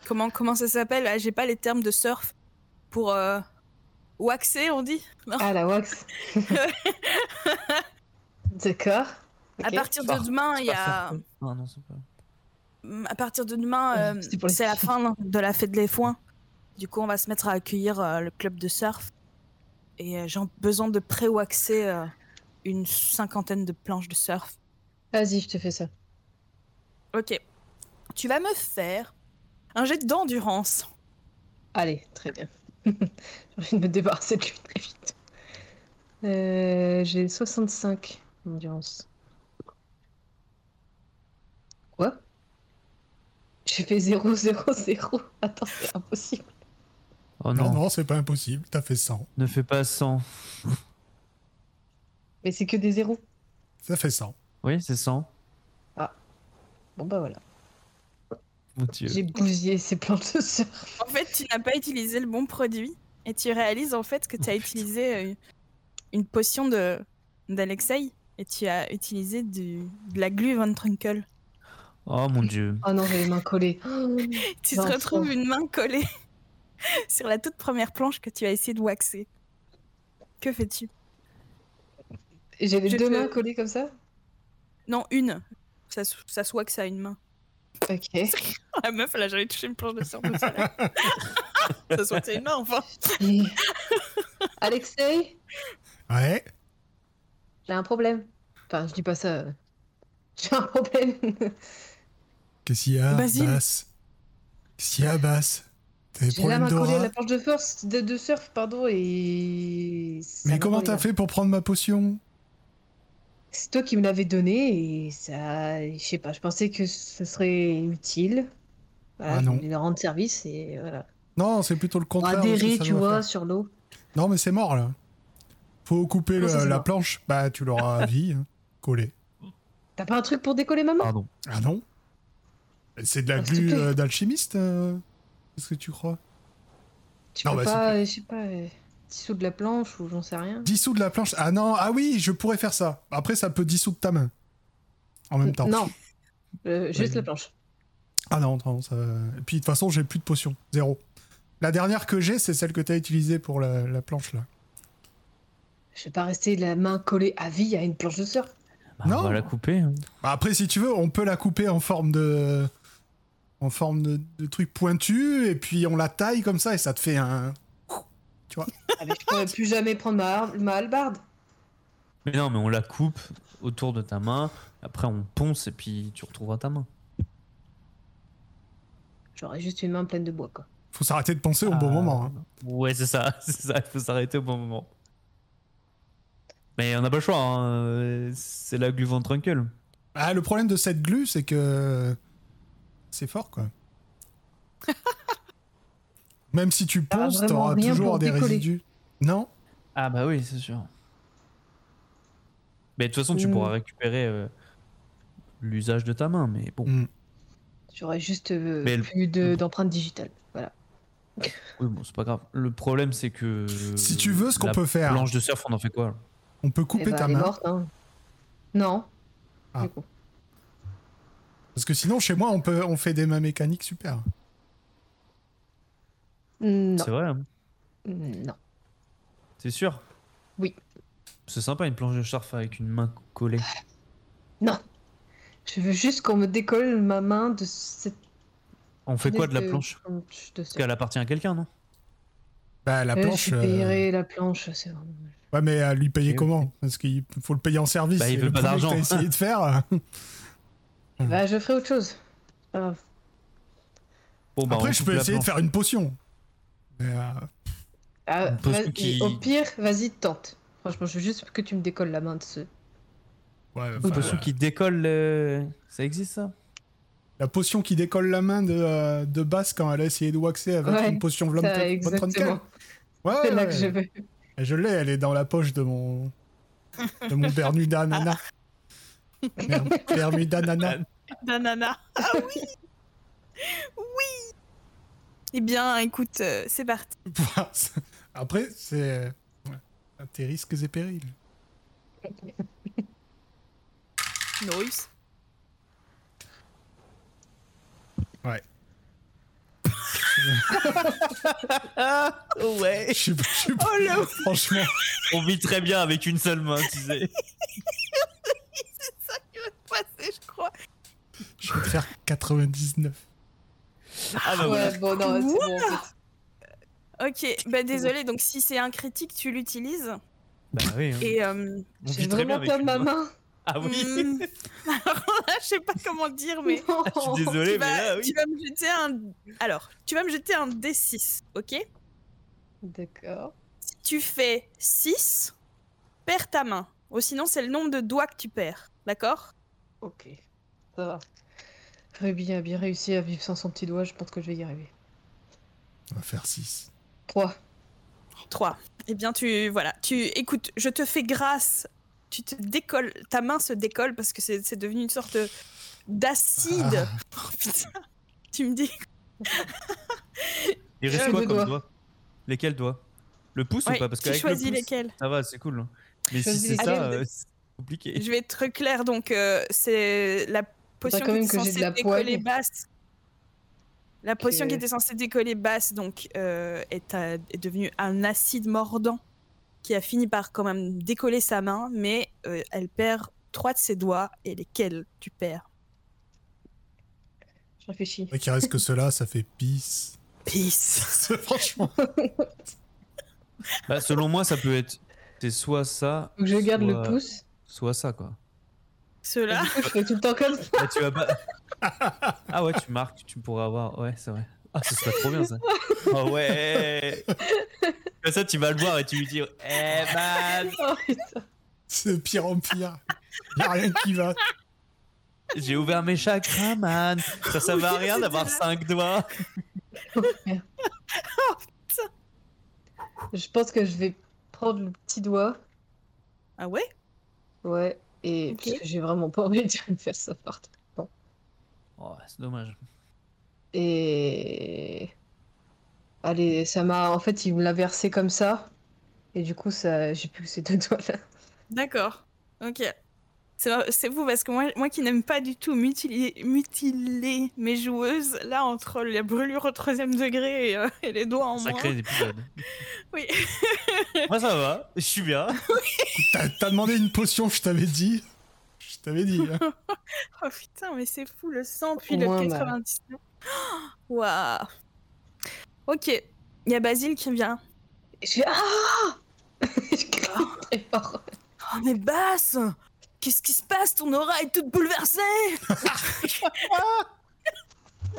comment, comment ça s'appelle Ah, J'ai pas les termes de surf pour. euh, waxer, on dit Non.
Ah, la wax D'accord. Ok.
À
Oh,
partir de
Surf,
demain, Hein, il y a.
Parfait. Ah non, c'est pas.
Mm, À partir de demain,
Ouais,
euh,
c'était pour les
c'est la
filles.
fin de la fête des foins. Du coup, on va se mettre à accueillir euh, le club de surf. Et euh, j'ai besoin de pré-waxer euh, une cinquantaine de planches de surf.
Vas-y, je te fais ça.
Ok. Tu vas me faire un jet d'endurance.
Allez, très bien. J'ai envie de me débarrasser de lui très vite. Euh, j'ai 65 endurance. Quoi? J'ai fait 0, 0, 0. Attends, c'est impossible.
Oh
Non,
non,
non, c'est pas impossible, t'as fait 100.
ne fais pas 100.
Mais c'est que des zéros.
Ça fait 100.
Oui, c'est 100.
Bon bah voilà.
Mon dieu.
J'ai bousillé ces plantes de sœur.
En fait, tu n'as pas utilisé le bon produit. Et tu réalises en fait que tu as utilisé euh, une potion de d'Alexei. Et tu as utilisé du- de la glu Von Trunkel.
Oh mon dieu.
Oh non, j'ai les mains collées. Oh,
Tu te
L'enfant.
retrouves une main collée sur la toute première planche que tu as essayé de waxer. Que fais-tu
J'ai les
Je
deux
te-
mains collées comme ça?
Non, une. Ça, se- ça se waxe à une main.
Ok.
La Ah, meuf, elle a jamais touché une planche de surf de sa life. Ça se waxe à une main, enfin.
Et- Alexei,
Ouais.
j'ai un problème. Enfin, je dis pas ça. J'ai un problème.
Qu'est-ce qu'il y a,
Basile.
Basse Qu'est-ce qu'il y a, Basse T'as des
J'ai la
problèmes
main collée à
d'aura
la planche de, force, de, de surf, pardon, et. ça
Mais
m'a
comment
collé
t'as
là.
fait pour prendre ma potion
C'est toi qui me l'avais donnée, et ça. Je sais pas, je pensais que ce serait utile. Voilà,
Ah
je
non.
voulais leur rendre service, et voilà.
Non, c'est plutôt le
Pour
contraire. aussi,
adhérer,
ça
tu
doit
vois,
faire.
sur l'eau.
Non, mais c'est mort, là. Faut couper
Comment ça,
le-
c'est
la
mort
planche. Bah, tu l'auras à vie, hein, collée.
T'as pas un truc pour décoller, maman?
Pardon.
Ah non C'est de la
Ah, s'il te
glu
plaît.
euh, d'alchimiste euh Qu'est-ce que tu crois
Tu
Non,
peux
bah, s'il te
pas, euh, je sais pas, euh, dissoudre la planche ou j'en sais rien.
Dissoudre la planche. Ah non, ah oui, je pourrais faire ça. Après, ça peut dissoudre ta main. En même temps.
Non, Euh, juste la planche.
Ah non, non, ça... Et puis, de toute façon, j'ai plus de potion. Zéro. La dernière que j'ai, c'est celle que t'as utilisée pour la, la planche, là.
Je vais pas rester la main collée à vie à une planche de surf.
Bah,
Non.
On va la couper. hein.
Bah, après, si tu veux, on peut la couper en forme de... En forme de, de truc pointu, et puis on la taille comme ça, et ça te fait un...
Ah, mais je pourrais plus jamais prendre ma, har- ma hallebarde.
Mais non, mais on la coupe autour de ta main. Après, on ponce et puis tu retrouveras ta main.
J'aurais juste une main pleine de bois, quoi.
Faut s'arrêter de penser au bon
Ah,
moment. hein.
Ouais, c'est ça. C'est ça. Il faut s'arrêter au bon moment. Mais on n'a pas le choix. hein, euh, C'est la glu Von Trunkel.
Ah, le problème de cette glu, c'est que c'est fort, quoi. Même si tu
Ça va
ponces,
vraiment
t'auras
rien
toujours
pour
des
décoller.
résidus. Non
Ah bah oui, c'est sûr. Mais de toute façon, tu
Mm.
pourras récupérer euh, l'usage de ta main. Mais bon,
Mm.
J'aurais juste euh,
Mais le-
plus de- d'empreintes digitales. Voilà.
oui, bon c'est pas grave. Le problème, c'est que...
Si tu veux, ce qu'on
la
peut faire,
planche de surf, on en fait quoi
on peut
Eh
couper
ben,
ta
elle est
main.
morte, hein. Non.
Ah.
Du coup.
Parce que sinon, chez moi, on, peut, on fait des mains mécaniques super.
Non.
C'est vrai, hein
Non.
c'est sûr
Oui.
C'est sympa, une planche de surf avec une main collée.
Je veux juste qu'on me décolle ma main de cette.
On fait quoi de la
espèce
planche
planche de
Parce
surf.
qu'elle appartient à quelqu'un, non
Bah, la
Euh,
planche.
je
euh,
payerai la planche, c'est vraiment.
Ouais, mais à lui payer
Oui,
comment Parce qu'il faut le payer en service.
Bah, il
et
veut
le
pas
premier que
d'argent. Bah,
T'as essayé de faire. Mm.
Bah, je ferai autre chose. C'est pas grave.
Bon, bah,
Après,
on
je
coupe
peux
la
essayer de
planche.
faire une potion. Mais, euh,
Ah,
On pose
vas-
ceux qui-
et Au pire, vas-y, tente. Franchement, je veux juste que tu me décolles la main de ce.
Ouais,
Une
enfin,
potion qui décolle. euh, Ça existe ça
La potion qui décolle la main de, euh, de Basse quand elle a essayé de waxer avec
Ouais,
une potion
Ça,
Vlam
exactement.
34. Ouais,
C'est là
ouais.
que je veux.
Et Je l'ai, elle est dans la poche de mon. de mon Bermuda Nana. Ber- Bermuda Nana.
Banana. Ah oui Oui Eh bien, écoute, euh, c'est parti.
Après, c'est. ouais, Tes risques et périls.
Noise.
Ouais.
Je suis pas- je suis pas-
Oh le
Franchement,
On vit très bien avec une seule main, tu sais.
passé, je crois.
je vais faire 99.
Ah bah
Ouais,
voilà.
bon, non, c'est bon. en fait.
Ok, bah désolé, donc si c'est un critique, tu l'utilises.
Bah oui. hein.
Et. euh,
On
J'ai
vit très
vraiment
bien avec
pas
une
ma
main.
main.
Ah oui.
hmm, Alors là, je sais pas comment dire, mais.
Non.
Je suis désolé,
tu, vas,
mais là, oui.
tu vas me jeter un. Alors, tu vas me jeter un D6, ok
D'accord.
Si tu fais 6, perds ta main. Ou sinon, c'est le nombre de doigts que tu perds, d'accord
Ok. Ça va. Ruby a bien réussi à vivre sans son petit doigt, je pense que je vais y arriver.
On va faire 6.
3.
3. Eh bien, tu. Voilà. Tu. Écoute, je te fais grâce. Tu te décolles. Ta main se décolle parce que c'est c'est devenu une sorte d'acide. Oh,
Ah.
putain. Tu me dis.
Il reste
Euh,
quoi
deux
comme
doigts.
doigts Lesquels doigts Le pouce
Ouais,
ou pas Parce
tu
qu'avec le
choisis
pouce,
lesquels
ça va, c'est cool. hein. Mais si
Choisis
c'est
les-
ça,
Allez,
euh, c'est compliqué.
Je vais être clair, donc euh, c'est la potion
quand
qui
même
était
que j'ai de
censée
la
décoller
poigne.
basse. La potion qui
Ok.
était censée décoller basse donc euh, est, à- est devenue un acide mordant qui a fini par quand même décoller sa main, mais euh, elle perd trois de ses doigts et lesquels tu perds.
Je réfléchis.
Et qu'il reste que cela, ça fait pisse.
Peace.
Franchement.
Bah, selon moi, ça peut être. C'est soit ça.
Donc je garde le
soit-
pouce.
Soit ça, quoi.
Cela.
Du coup, je fais tout le temps comme ça.
Ah, tu vas pas. ah ouais, tu marques, tu pourras avoir. Ouais, c'est vrai. Ah, ce serait trop bien ça. Ah ouais. Comme ça, tu vas le voir et tu lui dis Eh man,
Oh, putain.
C'est de pire en pire. Y a rien qui va.
j'ai ouvert mes chakras, man. Ça, ça va à rien d'avoir cinq doigts.
Je pense que je vais prendre le petit doigt.
Ah ouais
Ouais. Et
Ok.
parce que j'ai vraiment pas envie de faire ça partout.
Oh, c'est dommage.
Et. Allez, ça m'a. En fait, il me l'a versé comme ça. Et du coup, ça... j'ai plus que ces deux doigts-là.
D'accord. Ok. C'est c'est vous parce que moi, moi qui n'aime pas du tout mutiler, mutiler mes joueuses, là entre la brûlure au troisième degré et, euh, et les doigts en moins.
Sacré épisode.
Oui.
Moi, ça va. Je suis bien.
T'as t'as demandé une potion, je t'avais dit. Je t'avais dit. hein.
Oh putain, mais c'est fou le 100 puis le
Ouais, bah.
99. Oh, Waouh. Ok, il y a Basile qui vient.
Et je fais Ah Je crie très fort.
Oh mais Basse Qu'est-ce qui se passe Ton aura est toute bouleversée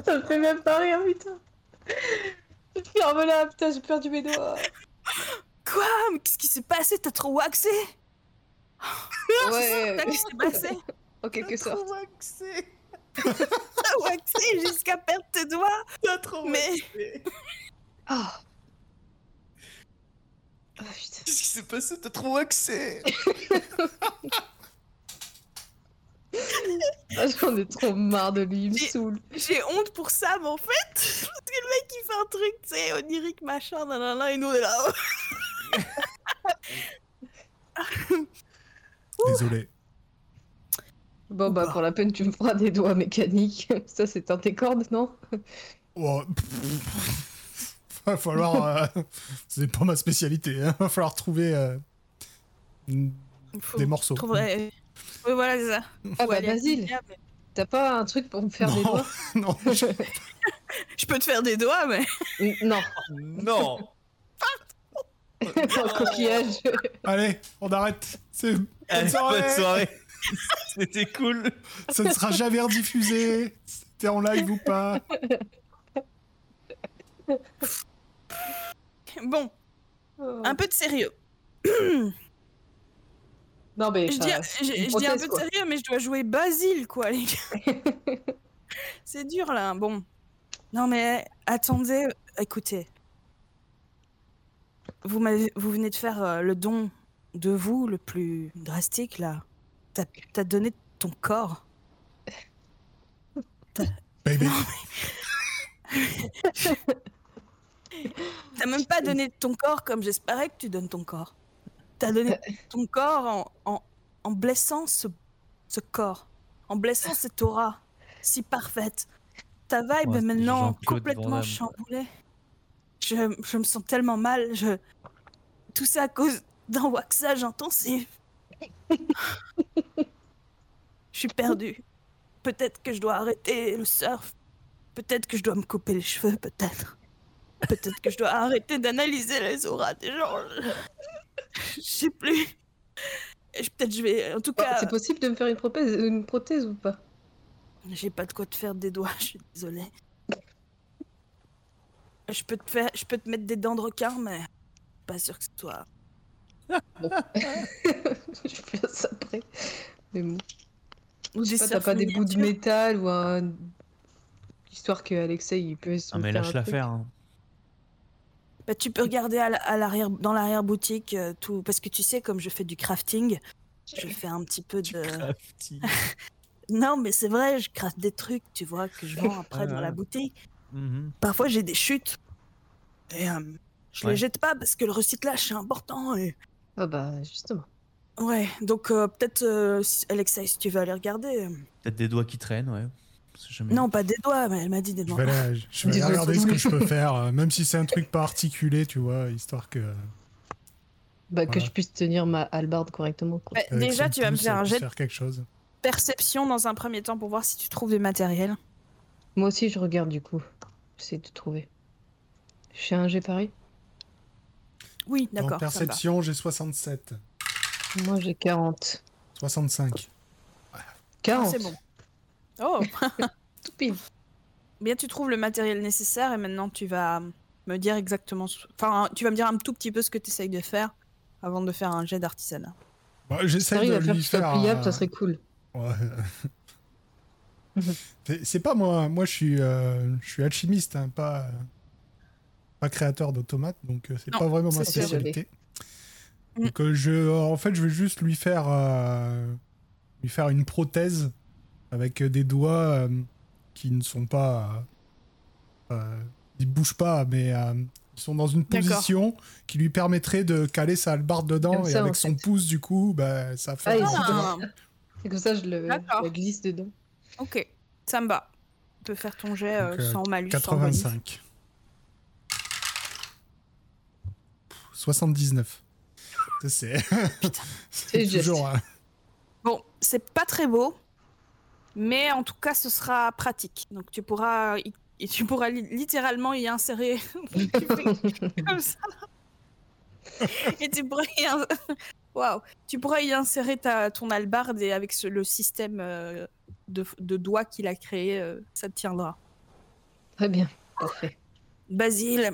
Ça me fait même pas rire, putain. Ferme-la, ah, putain, j'ai perdu mes doigts.
Quoi Mais qu'est-ce qui s'est passé T'as trop waxé
Ouais,
T'as qu'est-ce qui s'est passé
en quelque sorte.
T'as waxé jusqu'à perdre tes doigts
T'as trop.
Mais
Ah Ah putain.
Qu'est-ce qui s'est passé T'as trop accès.
Ah, J'en ai trop marre de lui, il me
Mais-
saoule.
j'ai honte pour ça, mais en fait, parce que le mec il fait un truc, tu sais, onirique, machin, nanana, et nous on est là.
Désolé.
Bon, bah, pour la peine, tu me feras des doigts mécaniques. Ça, c'est un tes cordes, non
Oh, pff. Va falloir. euh, C'est pas ma spécialité. hein. Va falloir trouver euh, une-
Faut-
des morceaux.
trouverait- Oui, voilà, c'est ça.
Ah,
Ouais,
bah, Basile, t'as pas un truc pour me faire des
Non.
doigts
Non,
Je peux te faire des doigts, mais.
N- Non,
Non.
pour le coquillage.
Allez, on arrête. C'est-
Allez,
Bonne soirée.
Bonne soirée. C'était cool.
Ça ne sera jamais rediffusé. C'était en live ou pas.
Bon,
Oh.
Un peu de sérieux.
Non, mais.
Je
enfin,
dis,
c'est
je-
une
je dis un
prothèse,
peu de
quoi.
sérieux, mais je dois jouer Basile, quoi, les gars. C'est dur, là. Bon. Non, mais attendez, écoutez. Vous, m'avez- vous venez de faire euh, le don de vous le plus drastique, là. T'as t'as donné ton corps.
Baby.
T'as même pas donné ton corps comme j'espérais que tu donnes ton corps. T'as donné ton corps en, en, en blessant ce, ce corps, en blessant cette aura si parfaite. Ta vibe
Ouais,
est
c'est
maintenant
Jean-Claude Van
complètement
Damme.
chamboulée. Je, je me sens tellement mal. Je... Tout ça à cause d'un waxage intensif. je suis perdue. Peut-être que je dois arrêter le surf. Peut-être que je dois me couper les cheveux, peut-être. Peut-être que je dois arrêter d'analyser les auras des gens. Je- Je sais plus. Et je- Peut-être je vais. En tout
Bah,
cas,
C'est possible de me faire une prothèse, une prothèse ou pas
j'ai pas de quoi te faire des doigts, je suis désolée. Je peux te faire, je peux te mettre des dents de requin, mais pas sûr que ce soit.
Je fais ça après. Mais bon.
Ou
Je sais pas, T'as pas des bouts de métal ou un. Histoire que Alexei il peut se.
Ah,
faire
mais
un
lâche l'affaire. hein.
Bah, tu peux regarder à la- à l'arrière, dans l'arrière boutique, tout, parce que tu sais, comme je fais du crafting, je fais un petit peu de.
Crafty.
Non, mais c'est vrai, je crafte des trucs, tu vois, que je vends après dans
Ouais,
la
ouais.
boutique.
Mhm.
parfois j'ai des chutes. Et euh, je
Ouais.
les jette pas parce que le recyclage c'est important. et-
truc. Ah bah justement.
Ouais, donc euh, peut-être euh, si- Alexa, si tu veux aller regarder. euh,
Peut-être des doigts qui traînent, ouais. On sait
Mm.
jamais.
Non, pas des doigts, mais elle m'a dit des
Je
doigts.
vais aller, je vais
Dis
aller
donc.
regarder ce que je peux faire, euh, même si c'est un truc pas articulé, tu vois, histoire que.
Bah que
Voilà.
je puisse tenir ma hallebarde correctement. quoi.
Bah,
avec
déjà,
son
tu vas me
pouce, euh,
faire
ça
un
puisse
jet de
Faire quelque chose.
perception dans un premier temps pour voir si tu trouves des matériels.
Moi aussi je regarde du coup. J'essaie de trouver. Je suis un G Paris
Oui,
En
d'accord. ça me va.
perception, j'ai 67.
Moi j'ai 40.
65.
40
Ah, C'est bon. Oh,
tout pile.
bien tu trouves le matériel nécessaire et maintenant tu vas me dire exactement. ce- Enfin, tu vas me dire un tout petit peu ce que tu essayes de faire avant de faire un jet d'artisanat.
Bah, J'essaie
T'arrives
de
à faire
lui
qu'il soit
faire. euh,
pliable,
un-
ça serait cool.
Ouais.
Mhm.
C'est- C'est pas moi. Moi, je suis, euh, je suis alchimiste, hein, pas, euh, pas créateur d'automates, donc euh, c'est
Non,
pas vraiment ma
c'est sûr.
spécialité.
Mm.
Donc, euh, je, en fait, je vais juste lui faire, euh, lui faire une prothèse avec des doigts euh, qui ne sont pas, euh, euh, ils bougent pas, mais euh, ils sont dans une
D'accord.
position qui lui permettrait de caler sa hallebarde dedans
Comme
et
ça, en
avec son
fait.
pouce, du coup, bah, ça
Ah,
fait. un-
il s'en
Ah,
C'est comme ça je le
D'accord.
je la glisse dedans.
ok, ça me va. Tu peux faire ton jet
Donc,
euh,
euh,
sans malus. sans bonus.
85. 79. Ça, C'est c'est
juste.
toujours un-
Bon, c'est pas très beau, mais en tout cas, ce sera pratique. Donc tu pourras, y- et tu pourras li- littéralement y insérer comme ça. Et tu pourras y, ins- Waouh. tu pourras y insérer ta, ton albarde et avec ce- le système euh, de, de doigts qu'il a créé, euh, ça te tiendra.
Très bien, parfait.
Basile,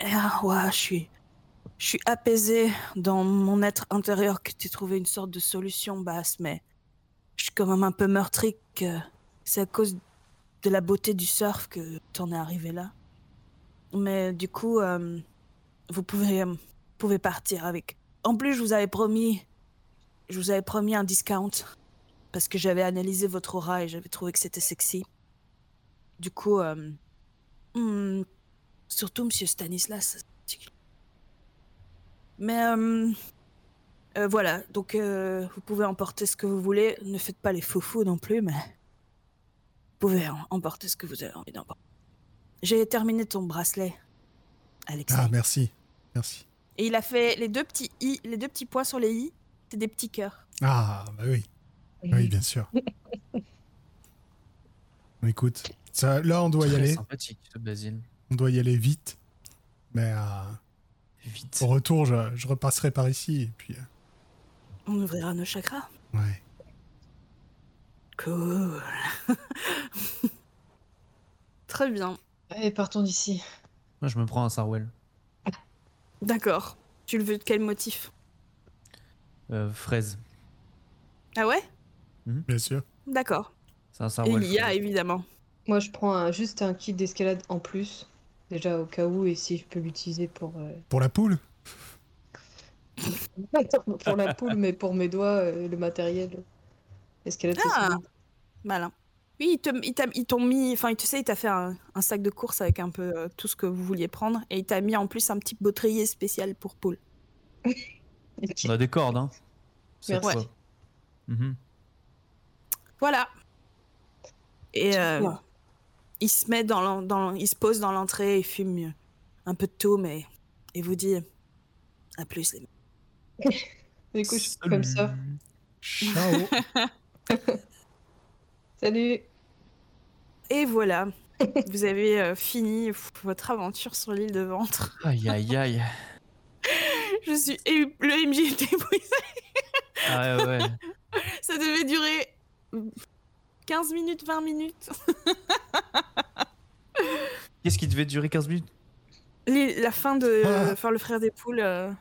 ah, ouah, je suis, je suis apaisée dans mon être intérieur que tu trouvé une sorte de solution basse, mais je suis quand même un peu meurtrie que c'est à cause de la beauté du surf que t'en es arrivé là. Mais du coup, euh, vous pouvez, euh, pouvez partir avec. En plus, je vous avais promis, je vous avais promis un discount parce que j'avais analysé votre aura et j'avais trouvé que c'était sexy. Du coup, euh, hmm, Surtout Monsieur Stanislas. Mais euh, euh, voilà, donc euh, vous pouvez emporter ce que vous voulez. Ne faites pas les faux fous non plus, mais vous pouvez em- emporter ce que vous avez envie d'emporter. J'ai terminé ton bracelet, Alexis.
Ah, merci. Merci.
Et il a fait les deux petits i, les deux petits points sur les i, c'est des petits cœurs.
Ah, bah oui. Oui, bien sûr. Bon, Écoute, ça, là, on doit y
Très
aller.
sympathique, ce Basile.
On doit y aller vite. Mais euh,
Vite.
au retour, je, je repasserai par ici. Et puis, euh,
On ouvrira nos chakras.
ouais.
Cool. Très bien.
Allez, partons d'ici.
Moi, je me prends un Sarwell.
D'accord. Tu le veux de quel motif
Euh, fraise.
Ah ouais
Bien sûr.
D'accord.
C'est un
Et
sarouel
il y a
fraise.
évidemment.
Moi, je prends un- juste un kit d'escalade en plus. Déjà au cas où, et si je peux l'utiliser pour, euh,
Pour la poule
pour la poule, mais pour mes doigts, euh, le matériel. Escalade, c'est
Ah.
solide.
Malin. Oui, ils te- ils t'a- ils t'ont mis. Enfin, tu sais, il t'a fait un, un sac de course avec un peu euh, tout ce que vous vouliez prendre. Et il t'a mis en plus un petit baudrier spécial pour Paul.
Ok.
On a des cordes, hein. Cette
Merci.
fois. Mhm.
Voilà. Et euh,
Bien.
il se met dans, l'en- dans- il se pose dans l'entrée et fume un peu de tôme et, et vous dit à plus. les mecs.
Du coup, je suis comme ça.
Salut.
Ciao
Salut
Et voilà, vous avez euh, fini votre aventure sur l'île de Ventre.
Aïe aïe aïe.
Je suis ému- le MJ était épuisé.
Ah ouais, ouais.
Ça devait durer 15 minutes, 20 minutes.
Qu'est-ce qui devait durer 15 minutes
Les- la fin de
Ah.
enfin, le frère des poules, euh,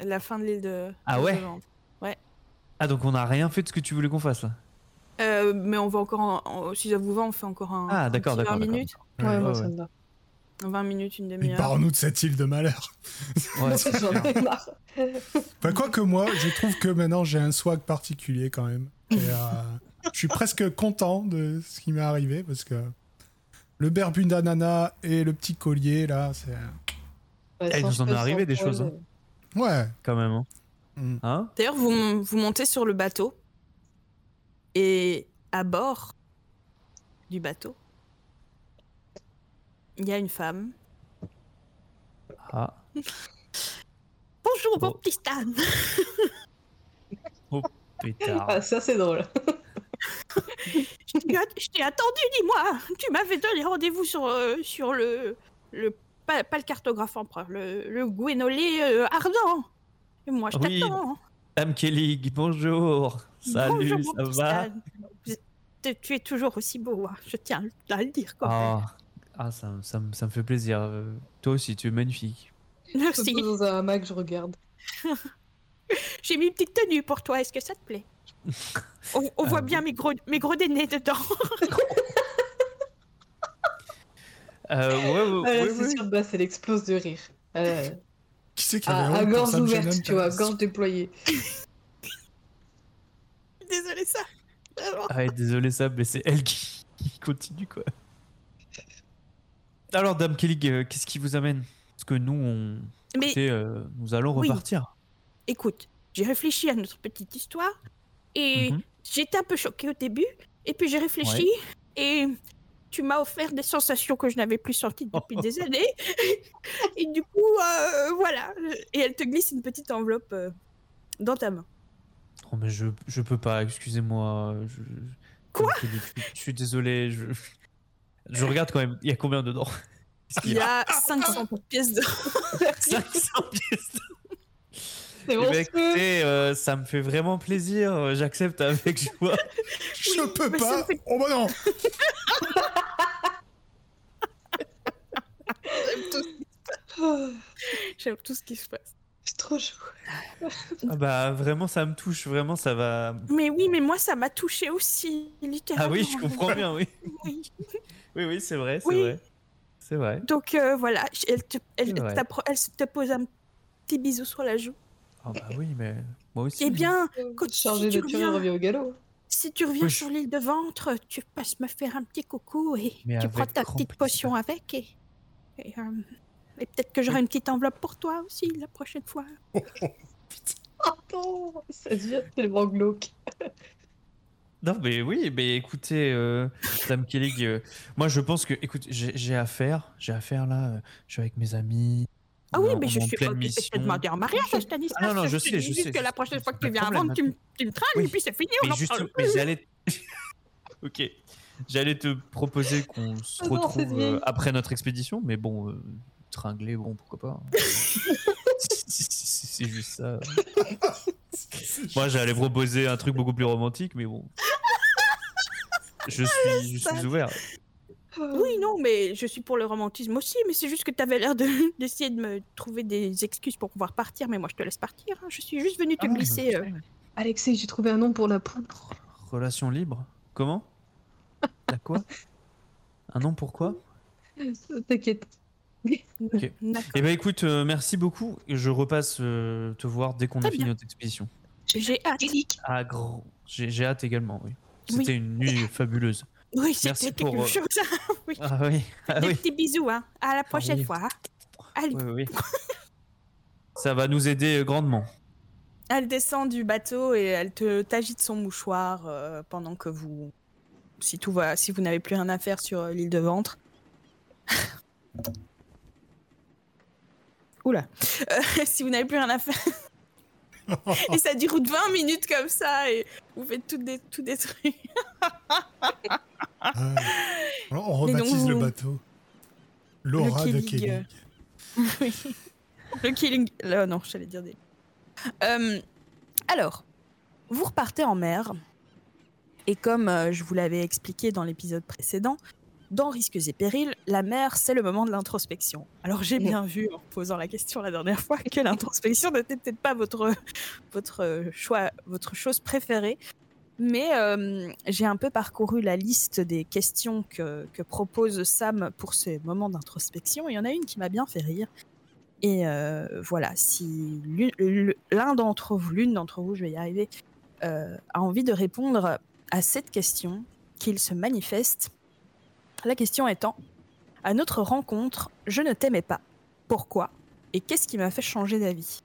la fin de l'île de.
Ah
de
ouais
Ventre.
Ah, donc on a rien fait de ce que tu voulais qu'on fasse là.
Euh, mais on va encore, en- en- si ça vous va, on fait encore un.
Ah,
un
d'accord,
petit 20
d'accord, d'accord.
minutes.
Ouais,
Ouais,
moi,
ouais,
ça
ouais.
me va.
20 minutes, une
Mais
demi-heure.
par nous de cette île de malheur.
Ouais, c'est
J'en
clair.
ai marre.
Enfin, quoi que moi, je trouve que maintenant j'ai un swag particulier quand même. Et, euh, je suis presque content de ce qui m'est arrivé parce que le berbune d'ananas et le petit collier là, c'est.
Ouais,
Eh, il
sans
nous en est
feu,
arrivé
sans
des choses, hein.
poil,
Ouais.
quand même. Hein,
Mm.
Hein
D'ailleurs, vous, m- vous montez sur le bateau. Et à bord du bateau, il y a une femme.
Ah.
Bonjour,
Bon.
bon pistan
euh.
Pétard.
Ah, ça, c'est drôle.
Je t'ai at- je t'ai attendu, dis-moi Tu m'avais donné rendez-vous sur, euh, sur le. le pas, pas le cartographe empereur, le, le Gwénolé euh, ardent Et moi, je
Oui,
t'attends
Madame Kelly, bonjour. Salut,
Bonjour, mon
ça
petit
va
Stan. Vous êtes- Tu es toujours aussi beau, hein. je tiens à le dire quand même.
Ah, ah, ça, me- ça, me- ça me fait plaisir. Euh, toi aussi, tu es magnifique.
Merci.
Surtout dans un hamac, je regarde.
J'ai mis une petite tenue pour toi, est-ce que ça te plaît On, on
Ah
voit
oui.
bien mes gros, mes gros dénés dedans.
Euh, ouais,
Ah,
ouais,
là,
ouais,
c'est
ouais.
sûr, Bass, elle explose de rire. Ah, là,
Qui c'est qui
Ah,
avait
à, à
honte pour
gorge
Sam Shannon,
ouverte, tu vois,
t'as-
gorge déployée.
Désolée, ça. Vraiment.
Ah ouais, désolé Sab, mais c'est elle qui, qui continue quoi. Alors Dame Kelly, euh, qu'est-ce qui vous amène Parce que nous, on,
Mais
écoutez, euh, nous allons
Oui.
repartir.
écoute, j'ai réfléchi à notre petite histoire et
Mhm.
j'étais un peu choquée au début. Et puis j'ai réfléchi et tu m'as offert des sensations que je n'avais plus senties depuis des années. Et du coup, euh, voilà. Et elle te glisse une petite enveloppe euh, dans ta main.
Oh mais je, je peux pas, excusez-moi. je- je-
Quoi
Dame Kelly, je, je suis désolé. Je, je regarde quand même. Il y a combien dedans Est-ce qu'il
Il
y
y
a
a 500 pièces de.
500 pièces
C'est
Eh
bon,
ben, écoutez, euh, ça me fait vraiment plaisir. euh, J'accepte avec joie.
Je
Oui,
peux
mais
pas.
ça fait-
Oh bah non.
J'aime tout ce qui se passe.
Ah, c'est trop chaud.
Ah bah vraiment, ça me touche. Vraiment, ça va.
Mais oui, mais moi, ça m'a touchée aussi, littéralement.
Ah oui, je comprends bien. Oui,
Oui.
oui, oui, c'est vrai, c'est
Oui.
vrai, c'est vrai.
Donc euh, voilà, j- elle te, elle,
C'est vrai.
t'appro- elle se- te pose un petit bisou sur la joue.
Ah bah oui, mais moi aussi.
Eh bien,
Quand
Quand-
tu charges de
si tu
tuerie,
reviens-
revient au galop.
si tu reviens
Oui, je-
sur l'île de ventre, tu passes me faire un petit coucou et
Mais
tu
avec
prends ta
grand
petite
plaisir.
potion avec. Et, et, euh, et peut-être que j'aurai une petite enveloppe pour toi aussi la prochaine fois.
Oh non, ça devient tellement glauque.
Non, mais oui, mais écoutez, euh, Dame Kelly, euh, moi je pense que, écoute, j'ai j'ai affaire, j'ai affaire là, euh, je suis avec mes amis.
Ah
on
oui,
est en-
mais je
on est en
suis pas
pleine
occupée de te
mission.
demander en mariage, Stanislas.
Ah non, non, je
te
sais,
dis
je
juste
sais,
que
je
la
sais,
prochaine
c'est
fois que
pas
tu
le
viens à
problème,
vendre, tu me, tu me traînes
Oui.
et puis c'est fini, on
Mais
en parle
justement, mais
plus.
j'allais. ok. J'allais te proposer
Ah
qu'on se
non, cette
retrouve euh,
vieille.
après notre expédition, mais bon, euh, tringler, bon, pourquoi pas. hein. C'est juste ça. Moi, j'allais proposer
Ah,
un truc beaucoup plus romantique, mais bon. Je suis, je suis ouvert.
Oui, non, mais je suis pour le romantisme aussi, mais c'est juste que t'avais l'air de- d'essayer de me trouver des excuses pour pouvoir partir, mais moi je te laisse partir. hein. Je suis juste venue te
Ah,
glisser. euh.
Alexei, j'ai trouvé un nom pour la poudre.
Relation libre Comment La quoi Un nom pourquoi
T'inquiète.
Ok.
D'accord.
Eh ben écoute, euh, merci beaucoup. Je repasse euh, te voir dès qu'on a
Très
fini
bien.
notre expédition.
J'ai hâte.
Ah, gros. J'ai j'ai hâte également, oui.
Oui.
C'était une nuit fabuleuse.
Oui,
Merci
c'était quelque
pour, euh,
chose. oui.
Ah oui, ah
Des
oui. Ah
petits bisous, hein. À la prochaine
oui.
fois. hein. Allez,
oui, oui. Ça va nous aider euh, grandement.
Elle descend du bateau et elle te t'agite son mouchoir euh, pendant que vous, si tout va, si vous n'avez plus rien à faire sur euh, l'île de Ventre. Oula, Euh, si vous n'avez plus rien à faire. et ça dure 20 minutes comme ça et vous faites tout des, tout des trucs.
Ah. Alors, on
Mais
rebaptise
non,
le
vous-
bateau. Laura
Le euh.
de
Killing,
Kelly.
Le killing. Là, non, j'allais dire des. Euh, alors, vous repartez en mer. Et comme euh, je vous l'avais expliqué dans l'épisode précédent, dans Risques et Périls, la mer, c'est le moment de l'introspection. Alors, j'ai bien vu, en posant la question la dernière fois, que l'introspection n'était peut-être pas votre, votre choix, votre chose préférée. Mais euh, j'ai un peu parcouru la liste des questions que, que propose Sam pour ces moments d'introspection. et Il y en a une qui m'a bien fait rire. Et euh, voilà, si l'une- le- l'un d'entre vous, l'une d'entre vous, je vais y arriver, euh, a envie de répondre à cette question, qu'il se manifeste. La question étant, à notre rencontre, je ne t'aimais pas. Pourquoi Et qu'est-ce qui m'a fait changer d'avis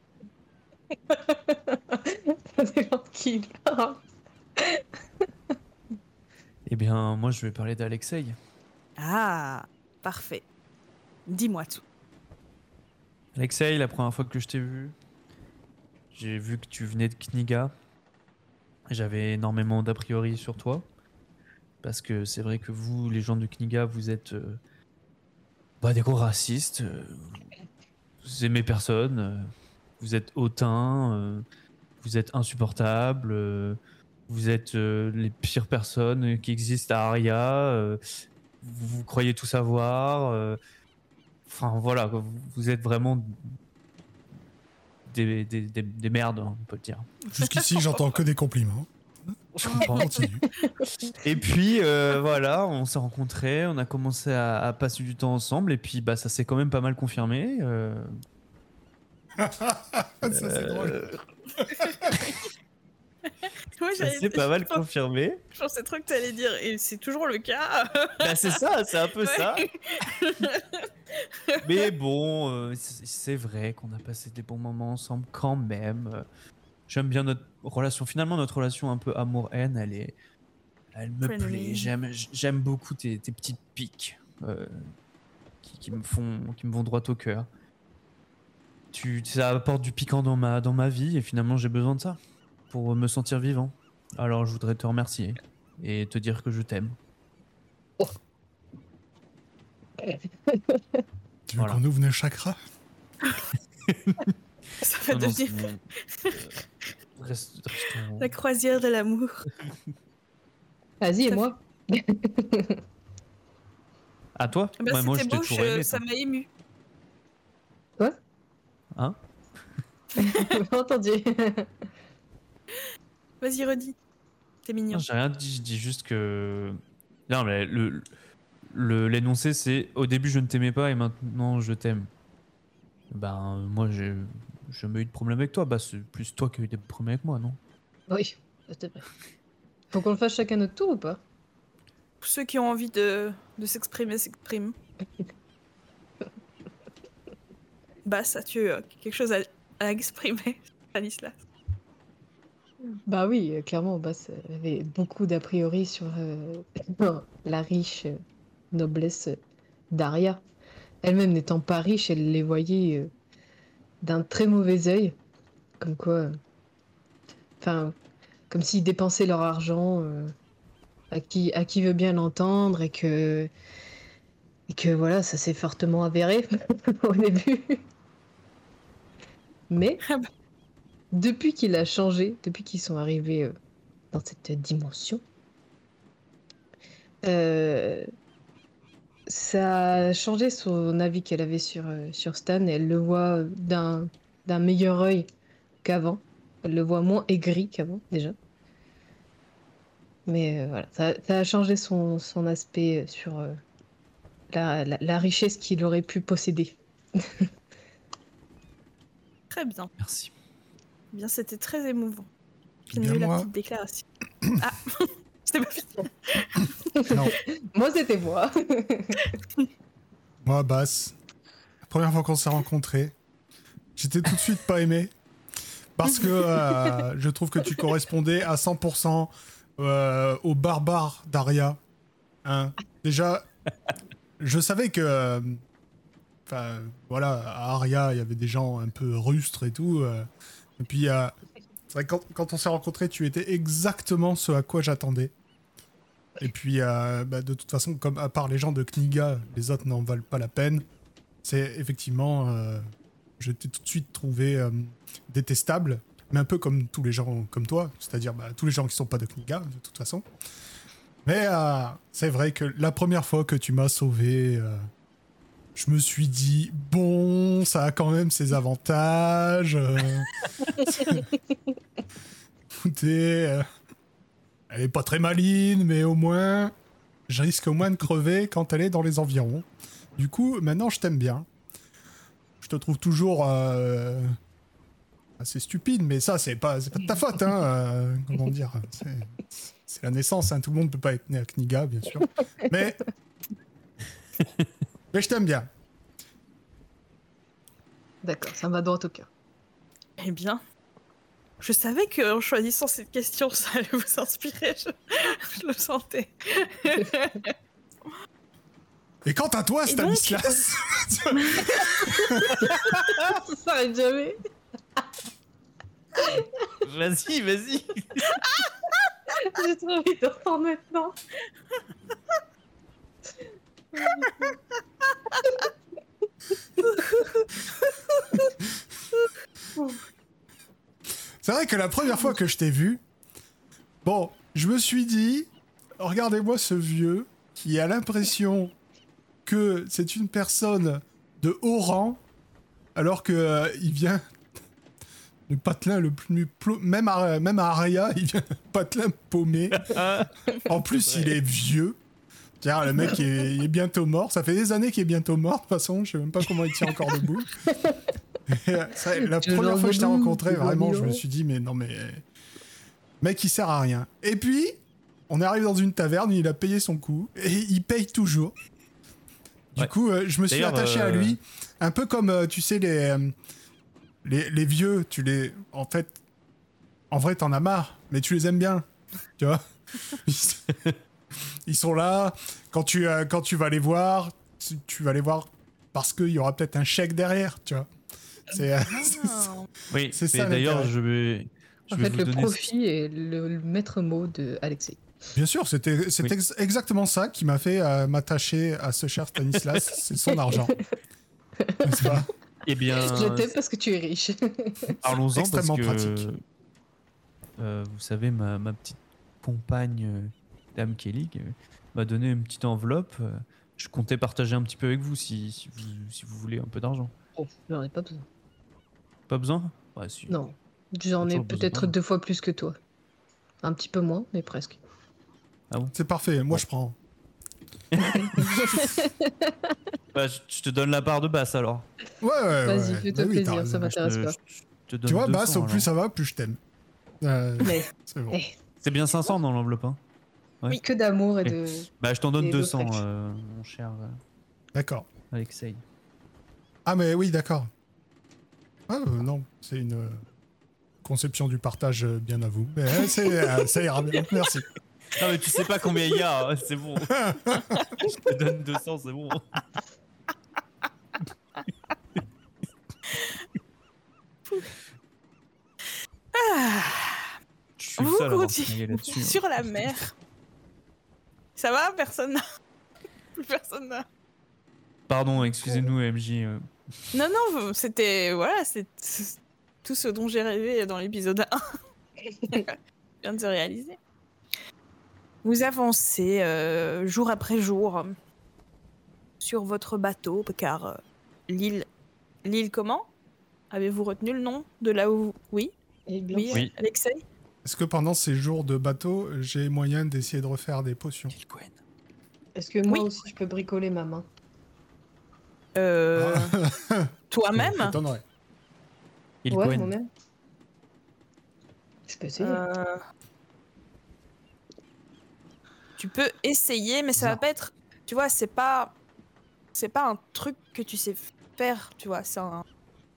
C'est gentil.
Eh bien, moi, je vais parler d'Alexei.
Ah, parfait. Dis-moi tout.
Alexei, la première fois que je t'ai vu, j'ai vu que tu venais de Kniga. J'avais énormément d'a priori sur toi. Parce que c'est vrai que vous, les gens de Kniga, vous êtes euh, bah, des gros racistes. euh, vous aimez personne. euh, vous êtes hautain. euh, vous êtes insupportable. euh, vous êtes euh, les pires personnes qui existent à Aria. euh, vous, vous croyez tout savoir. euh, Enfin voilà, quoi, vous- vous êtes vraiment des, des, des, des merdes, hein, on peut le dire.
Jusqu'ici, j'entends que des compliments.
Je
On
comprends.
continue.
et puis euh, voilà, on s'est rencontrés, on a commencé à, à passer du temps ensemble, et puis bah ça s'est quand même pas mal confirmé. euh,
Ça, c'est
euh,
drôle.
Moi,
ça s'est pas mal confirmé.
Je pensais trop que t'allais dire, et c'est toujours le cas.
Bah, c'est ça, c'est un peu ça.
Ouais.
Mais bon, euh, c- c'est vrai qu'on a passé des bons moments ensemble quand même. Euh, J'aime bien notre relation. Finalement, notre relation un peu amour-haine, elle est, elle me
Friendly.
plaît. J'aime, j- j'aime beaucoup tes, tes petites piques euh, qui, qui me font, qui me vont droit au cœur. Tu, ça apporte du piquant dans ma, dans ma vie et finalement j'ai besoin de ça pour me sentir vivant. Alors je voudrais te remercier et te dire que je t'aime.
Tu veux
Voilà.
qu'on ouvre nos chakras
Ça va
Non, non,
devenir
c'est bon. Euh, reste- restons-
la croisière de l'amour.
Vas-y, et
Ça
moi
À toi
Bah,
Ouais, Moi, je
c'était
t'ai
beau,
toujours
je-
aimé.
ça
toi.
m'a ému.
J'ai entendu.
Vas-y, redis. T'es mignon.
Non, J'ai rien dit, je dis juste que. Non, mais le- le- l'énoncé, c'est au début, je ne t'aimais pas et maintenant, je t'aime. Ben, moi, j'ai jamais eu de problème avec toi. Bah, c'est plus toi qui as eu des problèmes avec moi, non
oui, c'était vrai. Faut qu'on le fasse chacun notre tour ou pas
Pour ceux qui ont envie de, de s'exprimer, s'expriment. bah, ça, tu as quelque chose à, à exprimer, Stanislas.
Bah oui, euh, clairement, bah, ça- j'avais beaucoup d'a priori sur euh, la riche euh, noblesse euh, d'Aria. Elle-même n'étant pas riche, elle les voyait euh, d'un très mauvais œil, comme quoi, euh, enfin, comme s'ils dépensaient leur argent euh, à qui à qui veut bien l'entendre et que et que voilà, ça s'est fortement avéré au début. Mais
Ah bah.
depuis qu'il a changé, depuis qu'ils sont arrivés euh, dans cette dimension, euh, ça a changé son avis qu'elle avait sur, euh, sur Stan. Elle le voit d'un d'un meilleur œil qu'avant. Elle le voit moins aigri qu'avant, déjà. Mais euh, voilà, ça, ça a changé son, son aspect sur euh, la, la- la richesse qu'il aurait pu posséder.
Très bien.
Merci.
Eh Bien, c'était très émouvant. J'ai
Eh Bien
eu la
moi.
petite déclaration. ah, c'était pas fini.
Non.
Moi, c'était moi.
Moi, Basse, la première fois qu'on s'est rencontrés, j'étais tout de suite pas aimé. Parce que euh, je trouve que tu correspondais à 100% euh, au barbare d'Aria. Hein Déjà, je savais que. euh, Enfin, voilà, à Aria, il y avait des gens un peu rustres et tout. euh. et puis, euh, c'est vrai que quand, quand on s'est rencontrés, tu étais exactement ce à quoi j'attendais. Et puis, euh, bah, de toute façon, comme à part les gens de Kniga, les autres n'en valent pas la peine. C'est effectivement, euh, je t'ai tout de suite trouvé euh, détestable, mais un peu comme tous les gens comme toi, c'est-à-dire bah, tous les gens qui sont pas de Kniga, de toute façon. Mais euh, c'est vrai que la première fois que tu m'as sauvé, euh, je me suis dit bon, ça a quand même ses avantages. euh. Écoutez. euh, elle est pas très maligne, mais au moins, je risque au moins de crever quand elle est dans les environs. Du coup, maintenant, je t'aime bien. Je te trouve toujours euh, assez stupide, mais ça, c'est pas, c'est pas de ta faute, hein. euh, comment dire c'est- C'est la naissance, hein, Tout le monde peut pas être né à Kniga, bien sûr. Mais, mais je t'aime bien.
D'accord, ça m'a droit au cœur.
Eh bien, je savais que en choisissant cette question, ça allait vous inspirer. Je, je le sentais.
Et quant à toi,
Et
Ah, Stanislas,
Ah, Ça s'arrête jamais.
Vas-y, vas-y.
J'ai trop envie de reprendre maintenant.
c'est vrai que la première fois que je t'ai vu, bon, je me suis dit, regardez-moi ce vieux qui a l'impression que c'est une personne de haut rang, alors que euh, il vient le patelin le plus plo- même à, même à Aria, il vient un patelin paumé.
Ah,
En plus,
Ouais.
il est vieux. Tiens, le mec il est, il est bientôt mort. Ça fait des années qu'il est bientôt mort. De toute façon, je sais même pas comment il tient encore debout. Et, euh, c'est vrai, la
Toujours
première fois que je t'ai
debout,
rencontré,
toujours
vraiment, je me
vivant.
suis dit, mais non, mais mec, il sert à rien. Et puis, on arrive dans une taverne, il a payé son coup et il paye toujours. Du
Ouais.
coup, euh, je me suis
D'ailleurs,
attaché à
euh,
lui, un peu comme euh, tu sais les, euh, les les vieux, tu les en fait, en vrai, t'en as marre, mais tu les aimes bien, tu vois. Ils- Ils sont là quand tu euh, quand tu vas les voir, tu, tu vas les voir parce qu'il y aura peut-être un chèque derrière, tu vois. C'est euh, c'est ça.
Oui,
C'est ça,
mais d'ailleurs,
l'intérêt.
je vais. Je
En
vais
fait,
vous
le
donner...
profit est le, le maître mot de Alexei.
Bien sûr, c'était c'est
Oui.
ex- exactement ça qui m'a fait euh, m'attacher à ce cher Stanislas, c'est son argent. N'est-ce pas
Eh bien,
Je t'aime parce que tu es riche.
Parlons-en parce
extrêmement
que
pratique.
euh, vous savez, ma, ma petite compagne, euh, Dame Kelly, qui, euh, m'a donné une petite enveloppe. euh, Je comptais partager un petit peu avec vous si, si vous, si vous voulez un peu d'argent.
Bon, Oh, J'en ai pas besoin.
Pas besoin Ouais, si.
Non, j'en ai
Pas toujours
peut-être
besoin.
deux fois plus que toi. Un petit peu moins, mais presque.
C'est parfait, moi je prends.
Bah, je, je te donne la part de basse alors.
Ouais, ouais,
Vas-y,
ouais.
fais-toi
Bah oui,
plaisir,
t'as raison.
ça
Bah, je te-
m'intéresse pas.
je- je te donne
Tu vois,
200,
Basse, au plus
alors.
ça va, plus je t'aime. Euh,
Mais
c'est bon.
Eh,
C'est bien 500 dans l'enveloppe. Hein. Ouais.
Que d'amour et de.
Bah, je t'en donne
Et d'autres
200,
actions.
euh, mon cher euh,
D'accord.
Alexei.
Ah, mais oui, d'accord. Ah, euh, non, c'est une euh, conception du partage euh, bien à vous. Mais, euh, c'est, euh, ça ira bien, merci.
Non, mais tu sais pas combien il y a, hein, c'est bon. je te donne 200, c'est bon. Je suis le
Vous
seul à avoir
continuez
travaillé là-dessus, hein.
ah, sur la mer. Ça va, personne n'a. Plus personne n'a.
Pardon, excusez-nous, MJ. euh,
Non, non, vous- c'était. Voilà, c'est c'est tout ce dont j'ai rêvé dans l'épisode 1. Je viens de se réaliser. Vous avancez euh, jour après jour. sur votre bateau, car euh, l'île. L'île comment Avez-vous retenu le nom de là où. vous- Oui,
Et blanc.
oui,
Oui.
Alexei
Est-ce que pendant ces jours de bateau, j'ai moyen d'essayer de refaire des potions
Est-ce que moi
Oui.
aussi je peux bricoler ma main
Euh, Toi-même
T'étonnerais.
Il
Ouais,
Cohen.
moi-même. Je peux essayer.
Euh, Tu peux essayer, mais ça va
Bizarre.
pas être. Tu vois, c'est pas. C'est pas un truc que tu sais faire, tu vois. C'est un.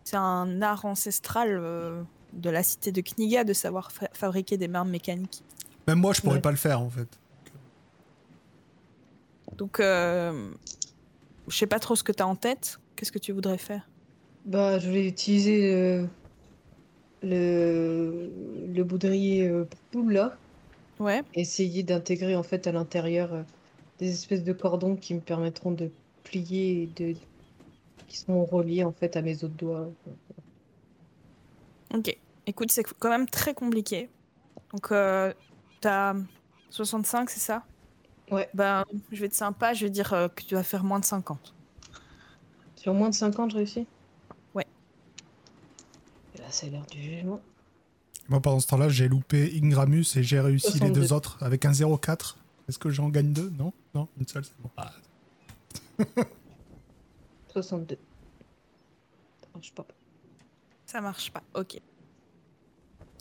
C'est un art ancestral euh, de la cité de Kniga de savoir fa- fabriquer des marmes mécaniques.
Même moi, je pourrais
Ouais.
pas le faire en fait.
Donc, euh, je sais pas trop ce que t'as en tête. Qu'est-ce que tu voudrais faire
Bah, je vais utiliser euh, le, le boudrier euh, poule, là,
Ouais.
essayer d'intégrer en fait à l'intérieur euh, des espèces de cordons qui me permettront de plier et de qui sont reliés en fait à mes autres doigts.
Ok. Écoute, c'est quand même très compliqué. Donc, euh, t'as 65, c'est ça
Ouais.
Ben, je vais être sympa, je vais dire euh, que tu vas faire moins de 50.
Sur moins de 50, je réussis
Ouais.
Et là, c'est l'heure du jugement.
Moi, pendant ce temps-là, j'ai loupé Ingramus et j'ai réussi les
62.
deux autres avec un 0,4. Est-ce que j'en gagne deux Non Non, une seule, c'est bon. Ah,
62. Ça marche pas.
Ça marche pas, ok.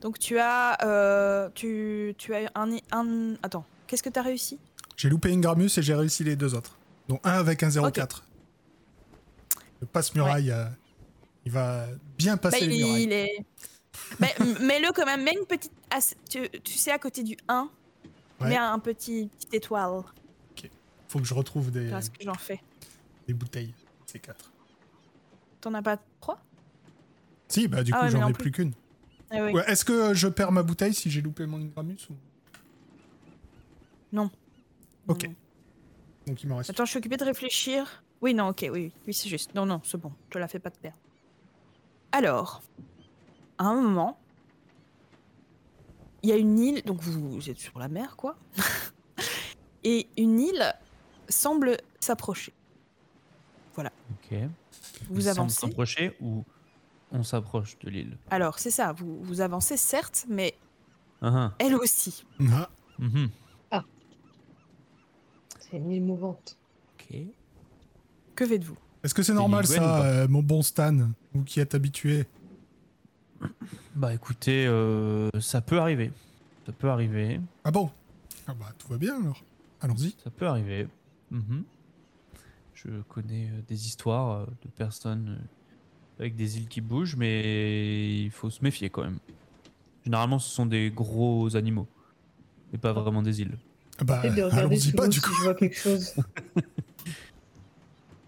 Donc, tu as. euh, tu, tu as un. un... Attends, qu'est-ce que t'as réussi
J'ai loupé Ingramus et j'ai réussi les deux autres. Dont un avec un 0,4. Le passe-muraille, euh, il va bien
Bah,
passer
il,
les murailles.
il est. Mais mets-le quand même, mets une petite. as- Tu, tu sais, à côté du 1,
Ouais.
mets un petit, petite étoile.
Faut que je retrouve des,
Voilà ce que j'en fais.
des bouteilles, ces quatre.
T'en as pas 3
Si, bah du
Ah
coup,
ouais, mais
j'en
en
ai
plus.
plus qu'une.
Ah
Ouais, Est-ce que euh, je perds ma bouteille si j'ai loupé mon Ingramus ou...
Non.
Ok. Donc il m'en reste.
Attends, je suis occupée de réfléchir. Oui, non, ok, oui, oui, oui, c'est juste. Non, non, c'est bon, je la fais pas de perdre. Alors, à un moment, il y a une île, donc vous, vous êtes sur la mer, quoi. Et une île semble s'approcher.
Ok.
Vous
Il semble
avancez.
s'approcher ou on s'approche de l'île
Alors, c'est ça, vous, vous avancez, certes, mais
Ah,
elle aussi.
Ah,
ah. Mhm.
C'est une île mouvante.
Ok.
Que faites-vous
Est-ce que c'est normal
Lil Gwen ou
ça,
pas
euh, mon bon Stan, vous qui êtes habitué
Bah écoutez, euh, ça peut arriver. Ça peut arriver.
Ah bon Ah bah tout va bien alors. Allons-y.
Ça peut arriver. Mhm. Je connais euh, des histoires euh, de personnes euh, avec des îles qui bougent, mais il faut se méfier quand même. Généralement, ce sont des gros animaux et pas vraiment des îles.
Ah Bah
Peut-être de regarder
allons-y
sous
pas
l'eau
du
si
coup.
je vois quelque chose.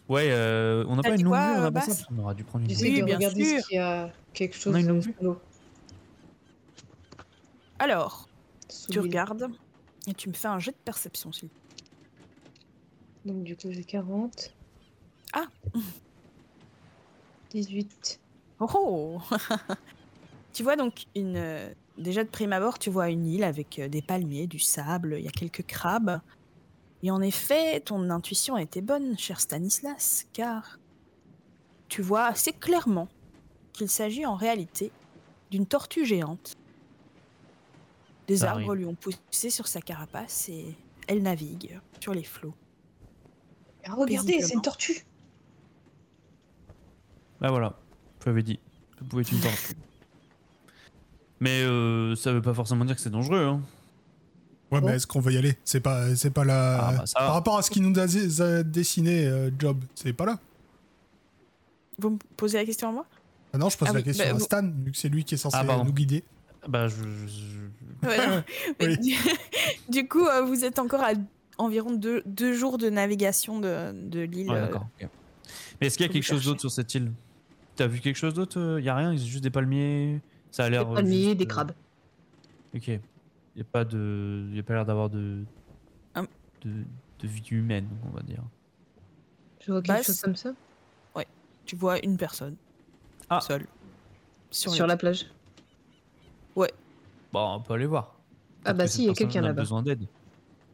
Ouais, euh, on n'a
T'as
pas
dit
une longue
quoi,
vue, on
euh,
n'a pas
Basse
ça. On aura dû prendre une
J'essaie
Oui,
longue
de
bien
regarder
sûr.
s'il y a quelque chose
On a une
euh,
longue
sous
vue.
l'eau.
Alors,
sous
tu
l'île.
regardes et tu me fais un jet de perception, s'il te plaît.
Donc du coup j'ai 40.
Ah.
18.
Oh oh. Tu vois donc une. euh, Déjà de prime abord, tu vois une île avec euh, des palmiers, du sable, il y a quelques crabes. Et en effet, ton intuition a été bonne, cher Stanislas, car tu vois assez clairement qu'il s'agit en réalité d'une tortue géante. Des
Ça
arbres
arrive.
lui ont poussé sur sa carapace et elle navigue sur les flots.
Ah, regardez, c'est
Paisiblement.
une tortue.
Là Bah voilà, je l'avais dit. Ça pouvait être une tortue. Mais euh, ça veut pas forcément dire que c'est dangereux. Hein.
Ouais,
Bon.
mais est-ce qu'on va y aller C'est pas, c'est pas la.
Ah, bah, ça va.
Par rapport à ce qu'il nous a, a dessiné, euh, Job, c'est pas là.
Vous me posez la question à moi
Ah non, je pose
Ah
la
oui,
question
bah,
à
vous-
Stan, vu que c'est lui qui est censé
Ah, pardon.
nous guider.
Bah je, je- je-
Ouais, non.
Oui.
du, du coup, euh, vous êtes encore à environ deux, deux jours de navigation de, de l'île.
ouais,
euh,
d'accord. ok. Mais est-ce qu'il y a
faut
quelque
vous
chose
chercher.
d'autre sur cette île T'as vu quelque chose d'autre Euh, Y a rien, c'est juste des palmiers. Ça a l'air. euh, juste, euh, Ok. Y a pas de, y a pas l'air d'avoir de,
Hum.
de, de vie humaine, on va dire.
Je vois
Bah,
quelque chose
c'est-
comme ça
tu vois une personne
Ah.
seule sur,
sur,
l'île.
la plage.
Bon, on peut aller voir.
Ah
Peut-être
bah
que
si, il y
cette
a
personne
quelqu'un
a
là-bas.
besoin d'aide.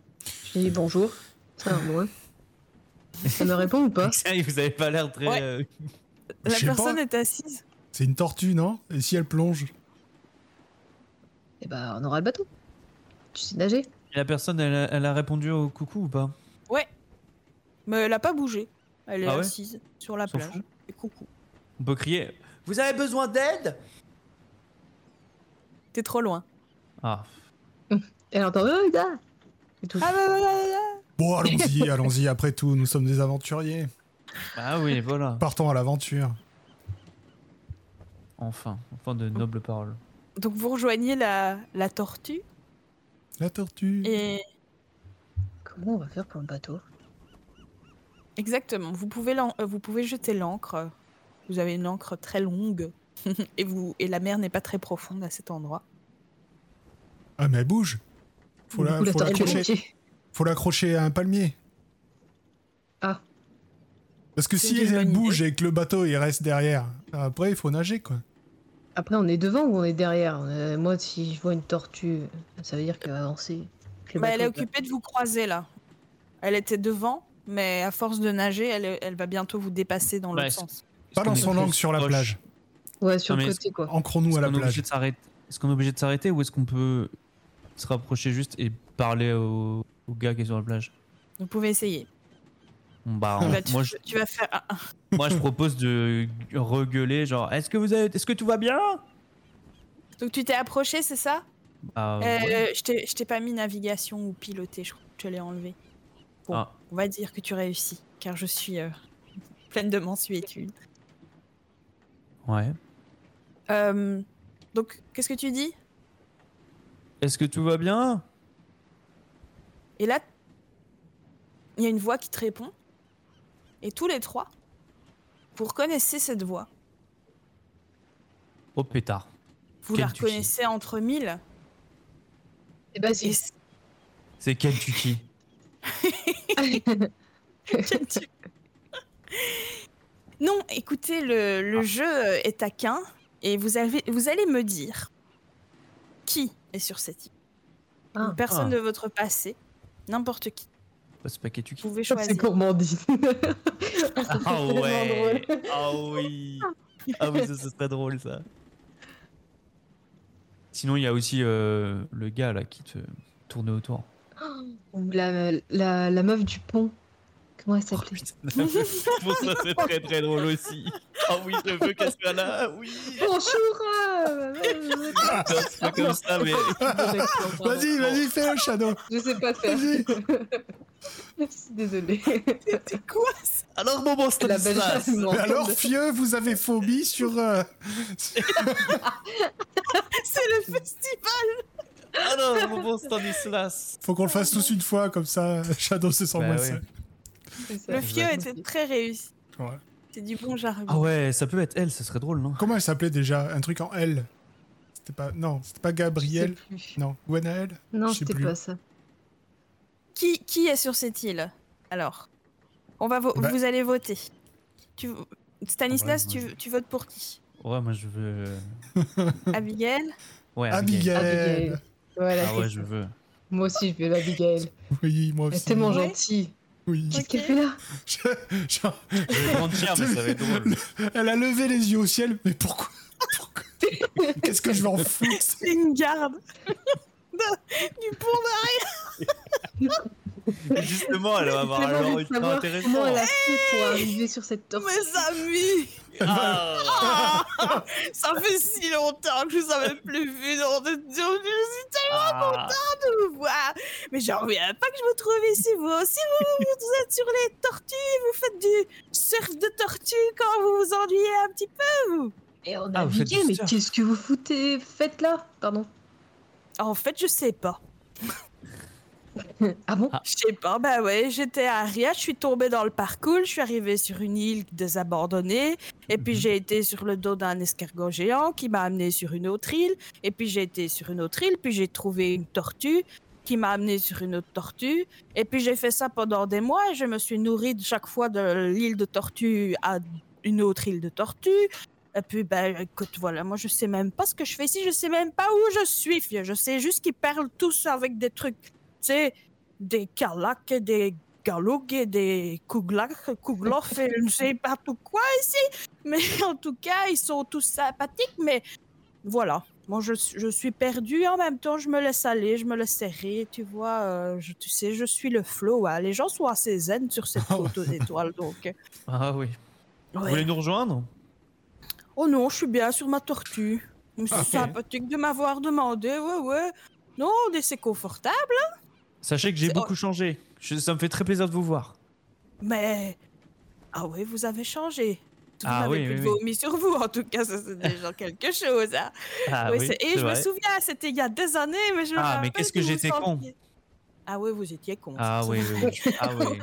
Je lui dis bonjour. Ça, au moins. Ça me répond ou pas
Alexei, vous avez pas l'air très.
Ouais.
euh,
Je
La
sais pas.
personne est assise.
C'est une tortue, non Et si elle plonge
Eh bah, on aura le bateau. Tu sais nager
La personne, elle, a- elle a répondu au coucou ou pas
Mais elle a pas bougé. Elle est
Ah ouais
assise sur la
S'en
plage.
fout.
Et coucou.
On peut crier. Vous avez besoin d'aide
T'es trop loin.
Ah,
Elle entend oh, là Et tout.
Ah bah bah, bah, bah.
Bon, allons-y, allons-y, après tout, nous sommes des aventuriers.
ah oui, voilà.
Partons à l'aventure.
Enfin, enfin de nobles paroles.
Donc vous rejoignez la, la tortue
La tortue.
Mhm.
et
Comment on va faire pour le bateau
exactement, vous pouvez, l'en- euh, vous pouvez jeter l'ancre. Vous avez une ancre très longue et, vous, et la mer n'est pas très profonde à cet endroit.
Ah, mais elle bouge. Faut la-
Ah,
Ou la
faut
tortue
l'accrocher.
elle est bloquée.
Faut l'accrocher à un palmier.
Ah.
Parce que
C'est
si
une
elle
bonne
bouge et que le bateau il reste derrière, après il faut nager quoi.
Après, on est devant ou on est derrière Euh, Moi, si je vois une tortue, ça veut dire qu'elle va avancer. Le
Bah, elle est
bateau,
occupée de vous croiser là. Elle était devant, mais à force de nager, elle, est- elle va bientôt vous dépasser dans l'autre
Ouais,
sens.
Pas dans
Bah, Est-ce qu'on
son
est
langue
plus
sur la
proche
plage.
bah- Ouais, sur
Non,
le
mais-
côté, quoi.
Ancrons-nous
Est-ce
à la
qu'on est obligé
plage.
de s'arrêter Est-ce qu'on est obligé de s'arrêter ou est-ce qu'on peut se rapprocher juste et parler au, au gars qui est sur la plage
Vous pouvez essayer.
Bon, bah,
Tu
on-
vas- Ah, tu,
moi, je,
tu vas faire un- un-
moi, je propose de regueuler genre est-ce que vous avez est-ce que tout va bien
Donc tu t'es approché, c'est ça
Ah,
Euh,
ouais.
Je t'ai- je t'ai pas mis navigation ou piloter, je crois que je l'ai enlevé. Bon,
Ah.
on va dire que tu réussis, car je suis euh, pleine de mensuétude.
Ouais.
Euh, donc, qu'est-ce que tu dis
Est-ce que tout va bien
Et là, il y a une voix qui te répond. Et tous les trois, vous reconnaissez cette voix.
Oh pétard.
Vous la
Kentucky.
reconnaissez entre mille.
Et bah, si.
Et c'est
C'est Kentucky.
Kentucky. non, écoutez, le, le jeu euh, est taquin. Et vous, avez, vous allez me dire qui est sur cette île.
Ah.
Une personne
Ah.
de votre passé. N'importe qui.
Bah, c'est pas Kentucky.
Vous pouvez choisir.
C'est gourmandise.
Ah
tellement drôle.
ouais Ah oui Ah oui, ça, ce serait drôle ça. Sinon, il y a aussi euh, le gars là qui te tournait autour.
Ou la, la, la meuf du pont. Comment elle
Oh,
s'appelait
putain, la meuf, je pense que ça c'est très très drôle aussi. Ah oui, je veux qu'elle soit là, oui
Bonjour euh, euh,
Non, C'est pas comme ça, mais.
Vas-y, vas-y, fais le shadow.
Je sais pas faire. Je suis Désolée.
C'est quoi ça
Alors, mon monstre,
La belle
ça, ça.
allemande.
Mais alors, fieux, vous avez phobie sur. euh,
C'est le festival
Alors, Ah mon bon Stanislas
Faut qu'on le fasse tous une fois, comme ça, euh, Shadow se sent
Bah
moins
ouais.
seul.
C'est ça.
Le fieu était très réussi.
Ouais.
C'est du bon jargon.
Ah ouais, ça peut être elle, ça serait drôle, non
Comment elle s'appelait déjà Un truc en L C'était pas. Non, c'était pas Gabriel.
Je sais plus.
Non, Gwenaël
Non,
je sais
c'était
plus. Euh,
pas ça.
Qui, qui est sur cette île Alors, on va vo-
Bah-
vous allez voter. Tu- Stanislas,
Ah Ouais, moi,
tu, tu votes pour qui
Ouais, moi je veux. euh,
Abigail
Ouais, Abigail.
Abigail.
Abigail. Voilà.
Ah ouais, je veux.
Moi aussi, je veux l'Abigail.
Oui, moi
Elle
aussi.
est tellement
Ouais.
gentille.
Oui.
Qu'est-ce
Ok.
qu'elle fait là
Je- genre,
Je vais prendre cher, mais ça va être drôle.
elle a levé les yeux au ciel, mais pourquoi Pourquoi Qu'est-ce que je vais en foutre
C'est une garde de- du pont
Justement, elle va avoir
J'ai
alors
envie
une
de savoir comment elle a fait pour arriver sur cette
de
tortue.
mes amis
Ah
Ah Ça fait si longtemps que je vous avais plus vu dans de Dieu, je suis
Ah.
tellement de vous voir Mais j'en reviens pas que je vous trouve ici, vous aussi, vous, vous, vous êtes sur les tortues, vous faites du surf de tortue quand vous vous ennuyez un petit peu, vous
Et Eh, on
Ah,
a
vous faites
Abigail,
du
mais
surf.
qu'est-ce que vous foutez Faites là Pardon.
En fait, je sais pas.
Ah bon
Ah.
Je sais pas, bah ouais, j'étais à Ria, je suis tombée dans le parcours, je suis arrivée sur une île désabandonnée, et puis
Mhm.
j'ai été sur le dos d'un escargot géant qui m'a amené sur une autre île, et puis j'ai été sur une autre île, puis j'ai trouvé une tortue qui m'a amené sur une autre tortue, et puis j'ai fait ça pendant des mois, et je me suis nourrie de chaque fois de l'île de tortue à une autre île de tortue. Et puis, ben, écoute, voilà, moi, je sais même pas ce que je fais ici, je sais même pas où je suis, fieu. Je sais juste qu'ils parlent tous avec des trucs, tu sais, des calacs et des Galogue et des Kuglach, Kugloff et je ne sais pas tout quoi ici. Mais en tout cas, ils sont tous sympathiques, mais voilà. Moi, je, je suis perdue en même temps, je me laisse aller, je me laisse serrer, tu vois. euh, je, tu sais, je suis le flow. hein. Les gens sont assez zen sur cette photo d'étoile, donc. euh,
Ah oui. Vous
ouais.
voulez nous rejoindre
Oh non, je suis bien sur ma tortue. Mais C'est
Ah, ok.
sympathique de m'avoir demandé, ouais, ouais. Non, mais c'est confortable,
Sachez que j'ai
C'est-
beaucoup changé. Je- ça me fait très plaisir de vous voir.
mais. Ah oui, vous avez changé. Vous
Ah
n'avez
oui,
plus
oui,
de vomi sur vous, en tout cas, ça c'est déjà quelque chose. hein.
Ah
oui, c'est- et je me
vrai.
souviens, c'était il y a des années, mais je me
Ah, mais
rappelle
qu'est-ce que
vous
j'étais con.
sentiez- Ah oui, vous étiez con.
Ah
c'est
oui,
ça.
oui, oui. Ah oui.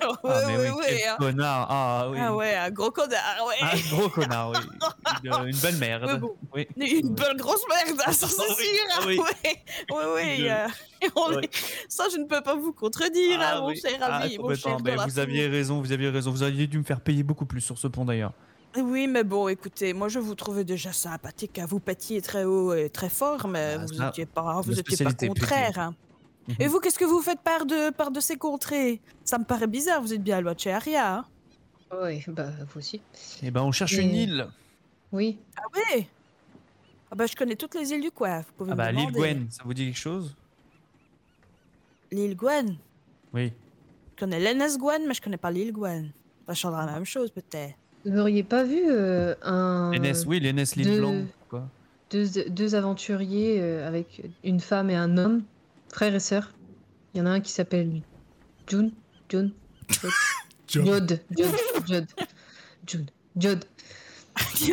Ah
Ah
ouais,
mais
ouais,
oui,
ouais,
quel
hein.
connard. Ah oui. Ah,
Ah ouais, un gros connard, ouais.
Un gros connard, oui. Une, euh, une belle merde.
Mais bon.
Oui.
Une bonne grosse merde, hein, ça
Ah
c'est
oui,
sûr.
ah
hein,
oui.
ouais. Ouais, ouais,
Je-
euh, et on
ouais.
est- Ça, je ne peux pas vous contredire, hein,
Ah
mon
oui.
cher
Ah,
ami. mon
complètement.
cher
Mais
dans la
vous
foule.
aviez raison, vous aviez raison. Vous aviez dû me faire payer beaucoup plus sur ce pont d'ailleurs.
Oui, mais bon, écoutez, moi je vous trouvais déjà sympathique. hein, Vous pétiez très haut et très fort, mais
Ah,
vous
ça,
n'étiez pas, vous
ma
étiez pas
spécialité, péter.
contraire. hein. Et
Mhm.
vous, qu'est-ce que vous faites par de, par de ces contrées Ça me paraît bizarre, vous êtes bien loin de chez Aria. hein.
Ouais, bah, vous aussi.
Eh ben, on cherche une
Et-
île.
Oui,
Ah oui ah bah, Je connais toutes les îles du coin, vous pouvez
Ah
me
bah, l'île
demander.
Gwen, ça vous dit quelque chose
L'île Gwen
Oui.
Je connais l'Enes Gwen, mais je connais pas l'île Gwen. Ça changera la même chose, peut-être.
vous n'auriez pas vu euh, un.
NS, oui, l'île l'île
de-
Blanche. Quoi.
deux, deux aventuriers euh, avec une femme et un homme, frère et sœur. Il y en a un qui s'appelle June, June,
Job.
Jod, Jod, Jod, June, Jod.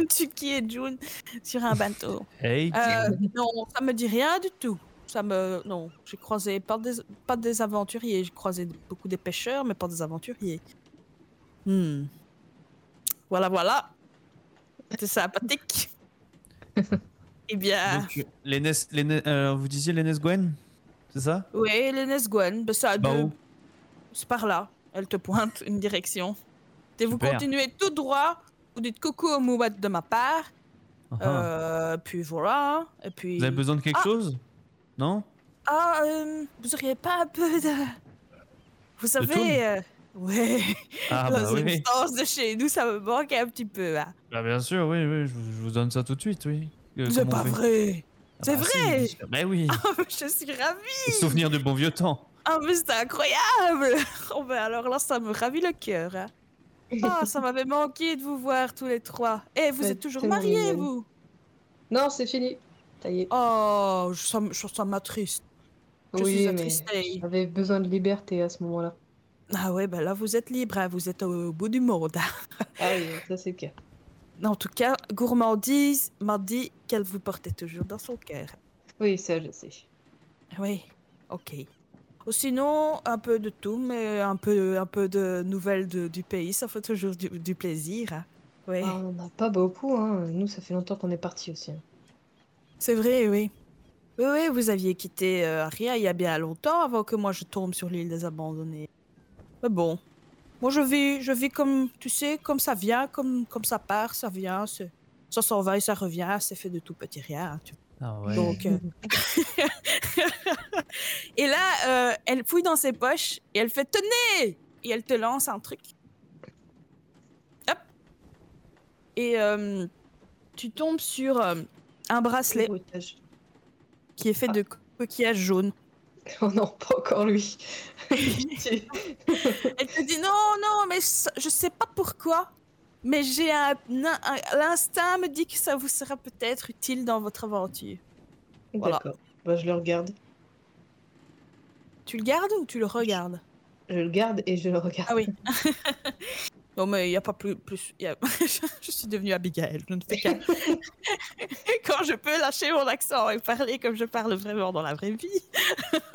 tu qui est June sur un bateau
Hey,
Euh, Non, ça me dit rien du tout. Ça me... Non, j'ai croisé pas des... pas des aventuriers. J'ai croisé beaucoup des pêcheurs, mais pas des aventuriers. Hmm. Voilà, voilà. C'est sympathique. eh bien,
Donc, l'Enes- l'Enes- euh, vous disiez l'Enes Gwen C'est ça
oui, les Nesgwen, ben ça a
Bah
deux-
où
c'est par là. Elle te pointe une direction. Et vous
Super.
continuez tout droit, vous dites coucou aux mouettes de ma part,
Ah, ah.
Euh, puis voilà, et puis...
Vous avez besoin de quelque
Ah.
chose Non
Ah, euh, vous auriez pas un peu de... Vous
thune
savez... euh, Ouais,
Ah
la
bah oui, oui.
substance de chez nous, ça me manque un petit peu. hein.
Bah, bien sûr, oui, oui, je vous, je vous donne ça tout de suite, oui. Euh,
C'est
comment on
pas
fait
vrai
Ah
c'est
bah, si,
vrai Ah Oh,
bien sûr. Bah oui,
Je suis ravie
souvenir du bon vieux temps.
Ah, mais c'est incroyable Oh, ben alors là, ça me ravit le cœur. hein. Ah, ça m'avait manqué de vous voir tous les trois. Eh, vous
Ouais,
êtes toujours
Bah, tellement
mariés,
mignonne.
vous
Non, c'est fini. Ça y est.
Oh, je- ça, me- je- ça m'attriste. je suis
oui, mais
attristée.
j'avais besoin de liberté à ce moment-là.
Ah ouais, ben là, vous êtes libre, hein, vous êtes au, bout du monde. hein.
Ah oui, ça c'est le cas.
En tout cas, Gourmandise m'a dit qu'elle vous portait toujours dans son cœur.
Oui, ça je sais.
Oui, ok. Ou sinon, un peu de tout, mais un peu, un peu de nouvelles de- du pays, ça fait toujours du, du plaisir. hein. Oui,
Ah, on n'a pas beaucoup, hein. Nous, ça fait longtemps qu'on est parti aussi. hein.
c'est vrai, oui. Oui, oui, vous aviez quitté euh, Aria il y a bien longtemps avant que moi je tombe sur l'île des abandonnés. Mais bon, moi je vis, je vis comme, tu sais, comme ça vient, comme, comme ça part, ça vient, c'est- ça s'en va et ça revient, c'est fait de tout petit rien. hein, tu
Ah ouais.
Donc, euh, et là, euh, elle fouille dans ses poches et elle fait Tenez Et elle te lance un truc. Hop Et euh, tu tombes sur euh, un bracelet
Bruitage.
qui est fait de co- coquillage jaune.
Oh non, pas encore lui. Pitié.
Elle te dit Non, non, mais ça- je sais pas pourquoi. Mais j'ai un, un- un- l'instinct me dit que ça vous sera peut-être utile dans votre aventure. Voilà.
D'accord. Bah, je le regarde.
Tu le gardes ou tu le regardes
Je le garde et je le regarde.
Ah oui. non, mais il n'y a pas plus. plus y a- je, je suis devenue Abigail. Je ne fais qu'un- Quand je peux lâcher mon accent et parler comme je parle vraiment dans la vraie vie,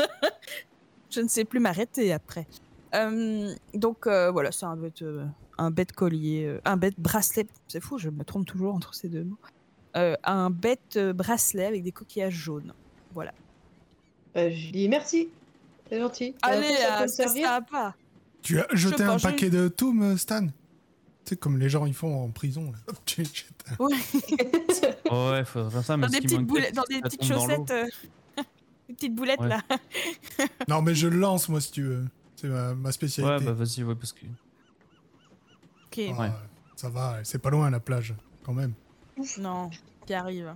je ne sais plus m'arrêter après. Euh, donc euh, voilà, c'est un bête, euh, un bête collier, euh, un bête bracelet. C'est fou, je me trompe toujours entre ces deux mots. Euh, un bête euh, bracelet avec des coquillages jaunes.
Euh, je lui dis merci. C'est gentil. Euh,
Allez,
ça peut
euh,
me
c'est
servir.
sympa.
Tu as jeté un
pense juste-
paquet de tomes, Stan C'est comme les gens ils font en prison. là. Hop, tu jettes un-
Oh ouais, faut faire ça, mais
Dans des,
ce qui
petites
m'inquiète,
boulettes, dans
c'est
des
que ça
petites
tombe dans l'eau.
chaussettes. euh, des petites boulettes
Ouais.
là.
Non, mais je le lance, moi, si tu veux. C'est ma, ma
Ouais,
spécialité.
bah vas-y, ouais, parce que.
Ok,
Ah,
ouais.
Ça va, c'est pas loin la plage, quand même.
non, qui arrive.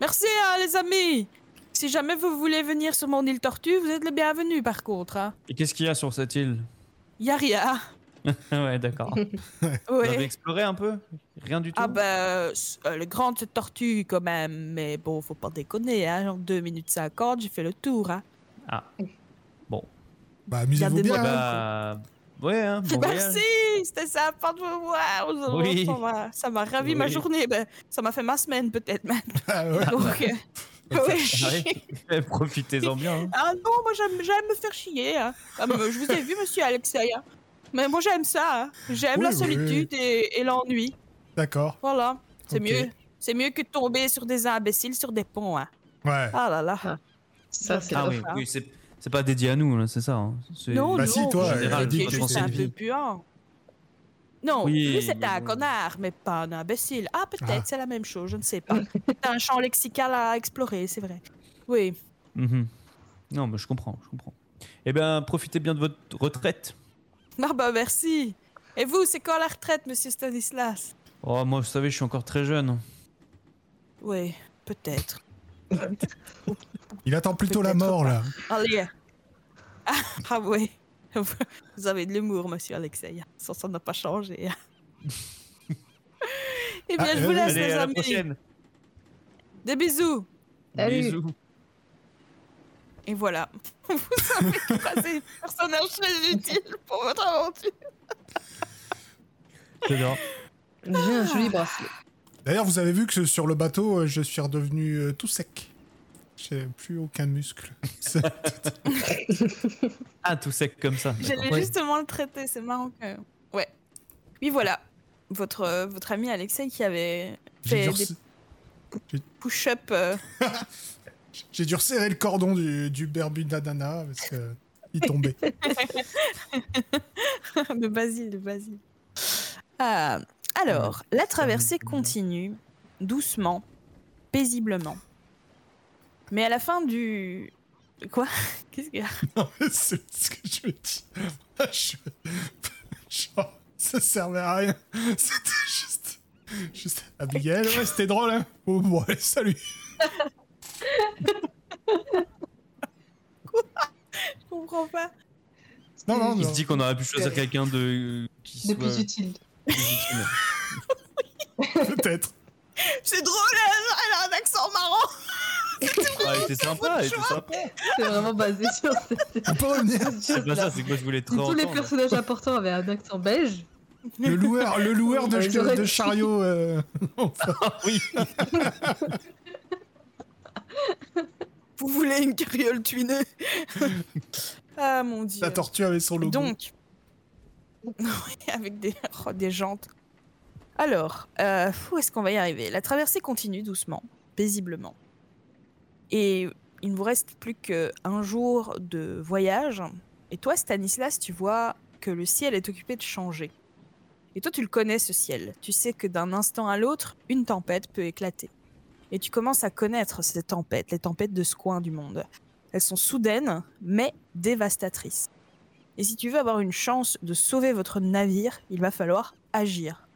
Merci hein, les amis Si jamais vous voulez venir sur mon île Tortue, vous êtes les bienvenus par contre. Hein.
Et qu'est-ce qu'il y a sur cette île
Yaria
Ouais, d'accord. Vous avez
Ouais.
exploré un peu Rien du tout
Ah bah, s- euh, le grand cette tortue quand même, mais bon, faut pas déconner, hein, en 2 minutes 50, j'ai fait le tour, hein.
Bah, amusez-vous
Gardez-moi
bien.
bien.
hein.
euh,
Bah. Ouais, hein, bon voyage.
Merci, c'était sympa de vous voir, on se
Oui.
revoit. ça m'a ravi ma
Oui.
journée, ben, ça m'a fait ma semaine peut-être même.
Ah, ouais.
Donc, euh, oui.
Ouais, Profitez-en bien. hein.
Ah non, moi j'aime, j'aime me faire chier. hein. Ah, mais je vous ai vu, monsieur Alexei. hein. Mais moi j'aime ça. hein. J'aime
Oui,
la
oui.
solitude et, et l'ennui.
D'accord.
Voilà, c'est
Ok.
mieux. C'est mieux que de tomber sur des imbéciles sur des ponts. hein.
Ouais.
Ah là là.
Ça, c'est
Ah
la
oui,
Enfin.
oui c'est c'est pas dédié à nous, là, c'est ça. hein. C'est-
Non,
Bah
non,
si, toi,
en
elle
général,
a dit
t'es
que
juste
c'était
un
une
peu
vie.
puant. Non,
Oui,
lui c'était
mais
un
bon.
connard, mais pas un imbécile. Ah, peut-être,
Ah.
c'est la même chose, je ne sais pas. T'as un champ lexical à explorer, c'est vrai. Oui,
Mhm. Non, mais je comprends, je comprends. Eh bien, profitez bien de votre retraite.
non, bah merci. Et vous, c'est quand la retraite, monsieur Stanislas
Oh, moi, vous savez, je suis encore très jeune.
Oui, peut-être.
Il attend plutôt la
Peut-être
mort, là.
Allez. Oh, Ah, ah oui. Vous avez de l'humour, monsieur Alexei. Ça, ça n'a pas changé. hein. eh bien,
Ah,
je vous
euh,
laisse,
Allez,
les
à la
amis.
prochaine.
Des bisous.
Salut.
Bisous.
Et voilà. Vous avez croisé des personnages très utiles pour votre aventure.
J'adore.
J'ai un joli bracelet.
D'ailleurs, vous avez vu que sur le bateau, euh, je suis redevenu euh, tout sec. J'ai plus aucun muscle. C'est-
Ah, tout sec comme ça.
J'allais
Ouais.
justement le traiter, c'est marrant que... Ouais. Oui, voilà. Votre, euh, votre ami Alexei qui avait
J'ai
fait
dû,
des
rec-
push-ups. euh,
j'ai dû resserrer le cordon du, du berbu d'Adana parce que il tombait.
de Basile, de Basile. Ah, alors, la traversée continue, doucement, paisiblement. Mais à la fin du... Quoi Qu'est-ce qu'il y a
Non, mais c'est ce que je veux dire. Je- Genre, ça servait à rien. C'était juste. Juste. Abigail, ouais, c'était drôle, hein. Bon, bon, allez, salut.
Je comprends pas.
Non, non,
Il
non.
se dit qu'on aurait pu choisir quelqu'un de. euh, qui
De
soit
plus utile.
plus utile.
Peut-être.
C'est drôle, elle a- elle a un accent marrant
Ah, était sympa, elle était sympa.
C'est vraiment basé sur cette.
On peut revenir.
C'est pas ça, c'est que moi je voulais trop
Si tous les
entendre.
personnages importants avaient un accent belge,
Le loueur, le loueur de,
Ouais,
de,
j'aurais
de
pu.
chariot. euh, enfin,
Oui,
Vous voulez une carriole tuinée Ah mon dieu.
la tortue avait son logo.
Donc, Oui, avec des, oh, des jantes. Alors, euh, où est-ce qu'on va y arriver La traversée continue doucement, paisiblement. Et il ne vous reste plus qu'un jour de voyage. Et toi, Stanislas, tu vois que le ciel est occupé de changer. Et toi, tu le connais, ce ciel. Tu sais que d'un instant à l'autre, une tempête peut éclater. Et tu commences à connaître ces tempêtes, les tempêtes de ce coin du monde. Elles sont soudaines, mais dévastatrices. Et si tu veux avoir une chance de sauver votre navire, il va falloir agir.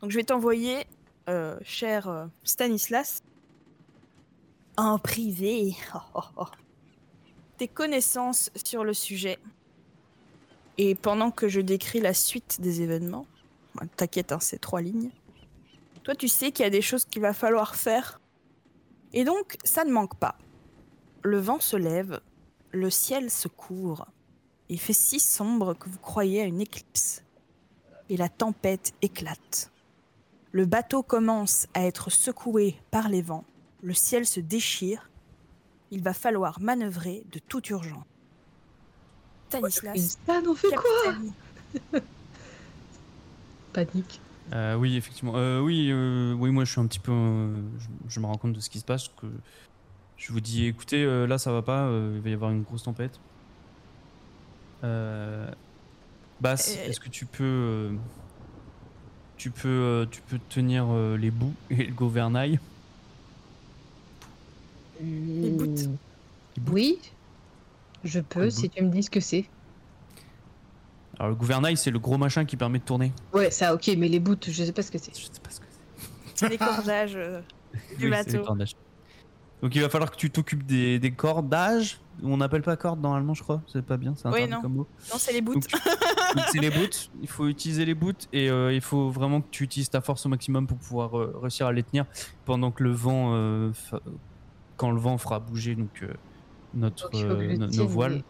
Donc je vais t'envoyer, euh, cher euh, Stanislas, en privé, tes connaissances sur le sujet. Et pendant que je décris la suite des événements, bah, t'inquiète, hein, c'est trois lignes, toi tu sais qu'il y a des choses qu'il va falloir faire. Et donc ça ne manque pas. Le vent se lève, le ciel se couvre et fait si sombre que vous croyez à une éclipse. Et la tempête éclate. Le bateau commence à être secoué par les vents, le ciel se déchire, il va falloir manœuvrer de toute urgence. Stanislas,
Stan, on fait quoi
capitaine.
Panique.
Euh, oui, effectivement. Euh, oui, euh, oui, moi je suis un petit peu. euh, je, je me rends compte de ce qui se passe. Que je vous dis, écoutez, euh, là ça va pas, euh, il va y avoir une grosse tempête. Euh, Basse,
Euh.
est-ce que tu peux. euh, tu peux, euh, tu peux tenir euh, les bouts et le gouvernail.
Les
boots.
Oui. Je peux, si tu me dis ce que c'est.
Alors le gouvernail, c'est le gros machin qui permet de tourner.
Ouais, ça, ok, mais les bouts, je sais pas ce que c'est.
Je sais pas ce que c'est.
Les cordages. euh, Du
Oui, c'est les
bateau.
cordages. Donc il va falloir que tu t'occupes des, des cordages. On n'appelle pas corde dans l'allemand, je crois. C'est pas bien, c'est
Oui,
interdit
non.
comme mot.
Non, c'est les bouts.
Donc, donc, c'est les boots. Il faut utiliser les boots et euh, il faut vraiment que tu utilises ta force au maximum pour pouvoir euh, réussir à les tenir pendant que le vent, euh, fa- quand le vent fera bouger donc euh, notre
Donc, il faut que
euh,
je
no-
tienne
nos voiles.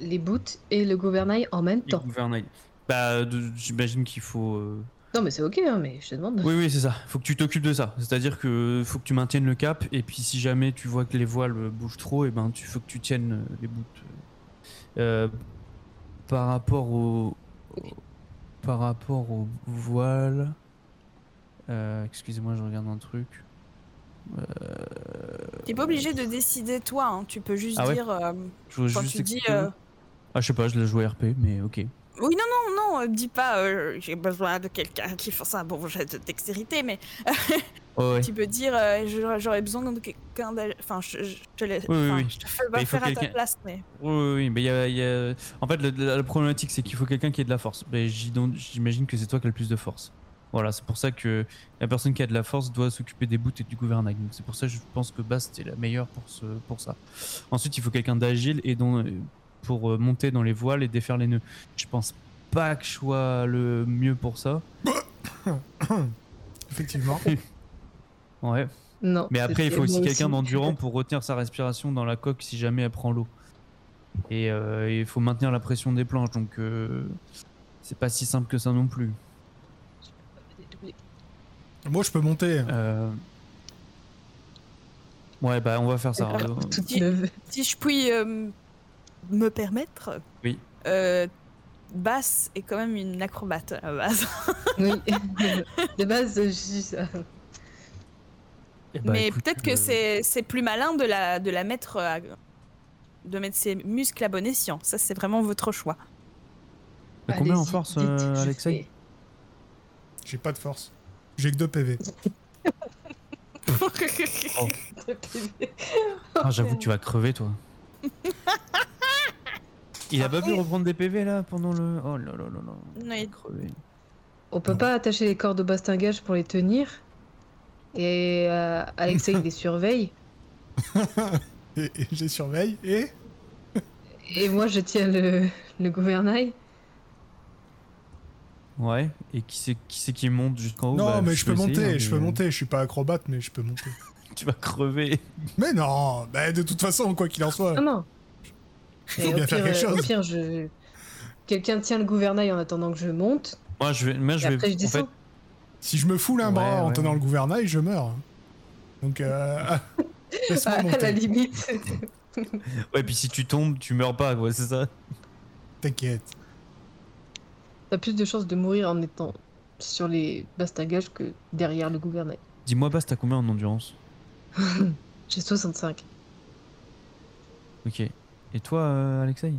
Les, les boots et le gouvernail en même
et
temps.
gouvernail. Bah, de- j'imagine qu'il faut. euh,
Non, mais c'est ok, hein, mais je te demande.
Oui, oui, c'est ça. Faut que tu t'occupes de ça. C'est-à-dire que faut que tu maintiennes le cap. Et puis, si jamais tu vois que les voiles euh, bougent trop, et ben, tu faut que tu tiennes euh, les bouts. Euh, par rapport au, au- par rapport aux voiles. euh, Excusez-moi, je regarde un truc.
T'es pas obligé de décider toi, hein, tu peux juste
euh, Ah ouais
dire. euh,
Je voulais
quand
juste
tu dis.
expliquer-
euh,
Ah, je sais pas. Je l'ai joué RP, mais ok.
Oui, non, non, non, euh, dis pas euh, j'ai besoin de quelqu'un qui fasse un bon jet de dextérité, mais
Oh, Ouais, ouais.
tu peux dire euh, j'aurais j'aurais besoin de quelqu'un. d'a- Enfin, je, je te laisse.
Oui, oui,
enfin,
oui.
Je te fais pas
il faut
faire à ta
quelqu'un-
place, mais.
Oui, oui, oui, mais il y a, il y a- En fait, le- la, la problématique, c'est qu'il faut quelqu'un qui ait de la force. Mais j'y don- J'imagine que c'est toi qui as le plus de force. Voilà, c'est pour ça que la personne qui a de la force doit s'occuper des bouts et du gouvernail. Donc c'est pour ça que je pense que Bast est la meilleure pour, ce, pour ça. Ensuite, il faut quelqu'un d'agile et dont, euh, pour euh, monter dans les voiles et défaire les nœuds. Je pense pas que je sois le mieux pour ça.
Effectivement.
Ouais.
Non.
Mais après, il faut aussi quelqu'un
dans
d'endurant pour retenir sa respiration dans la coque si jamais elle prend l'eau. Et euh, il faut maintenir la pression des planches, donc euh, c'est pas si simple que ça non plus.
Moi, je peux monter. hein.
Euh, Ouais, bah on va faire ça. Euh,
Toute
Qui-
neuve.
Si je puis euh, me permettre.
Oui.
euh, Bass est quand même une acrobate à la base.
Oui. de base, je suis euh, ça.
eh bah,
mais
écoute,
peut-être que
euh,
c'est c'est plus malin de la, de la mettre à- de mettre ses muscles à bon escient. Ça, c'est vraiment votre choix.
T'as combien en
Allez-y,
force,
dites,
euh,
je
Alexei
J'ai pas de force. J'ai que 2 PV.
fais.
Ah, J'avoue, tu vas crever, toi. Il a pas pu reprendre des PV là pendant le. Oh là là là là.
Ah, Non,
il
il-
va crever.
On peut pas attacher les cordes au bastingage pour les tenir. Et euh, Alexei il les surveille.
Et, et je les surveille. Et
Et moi, je tiens le, le gouvernail.
Ouais, et qui c'est qui, c'est qui monte jusqu'en haut
Non,
Bah,
mais je peux
essayer,
monter.
hein,
je
mais,
peux
euh,
monter. Je suis pas acrobate, mais je peux monter.
Tu vas crever.
mais non. Bah, de toute façon, quoi qu'il en soit.
Ah Non, non.
Il
Mais
faut
au,
bien
pire,
faire quelque
euh, au
chose.
pire, je... quelqu'un tient le gouvernail en attendant que je monte.
Moi, je vais. Moi,
Et
je vais
après, je
en fait,
descends.
Si je me foule un
Ouais,
bras en
ouais.
tenant le gouvernail, je meurs. Donc, euh, laisse-moi
Ah, à la
monter.
limite.
Ouais, puis si tu tombes, tu meurs pas, quoi, c'est ça
T'inquiète.
T'as plus de chances de mourir en étant sur les bastingages que derrière le gouvernail.
Dis-moi, Bast, t'as combien en endurance
J'ai 65.
Ok. Et toi, euh, Alexei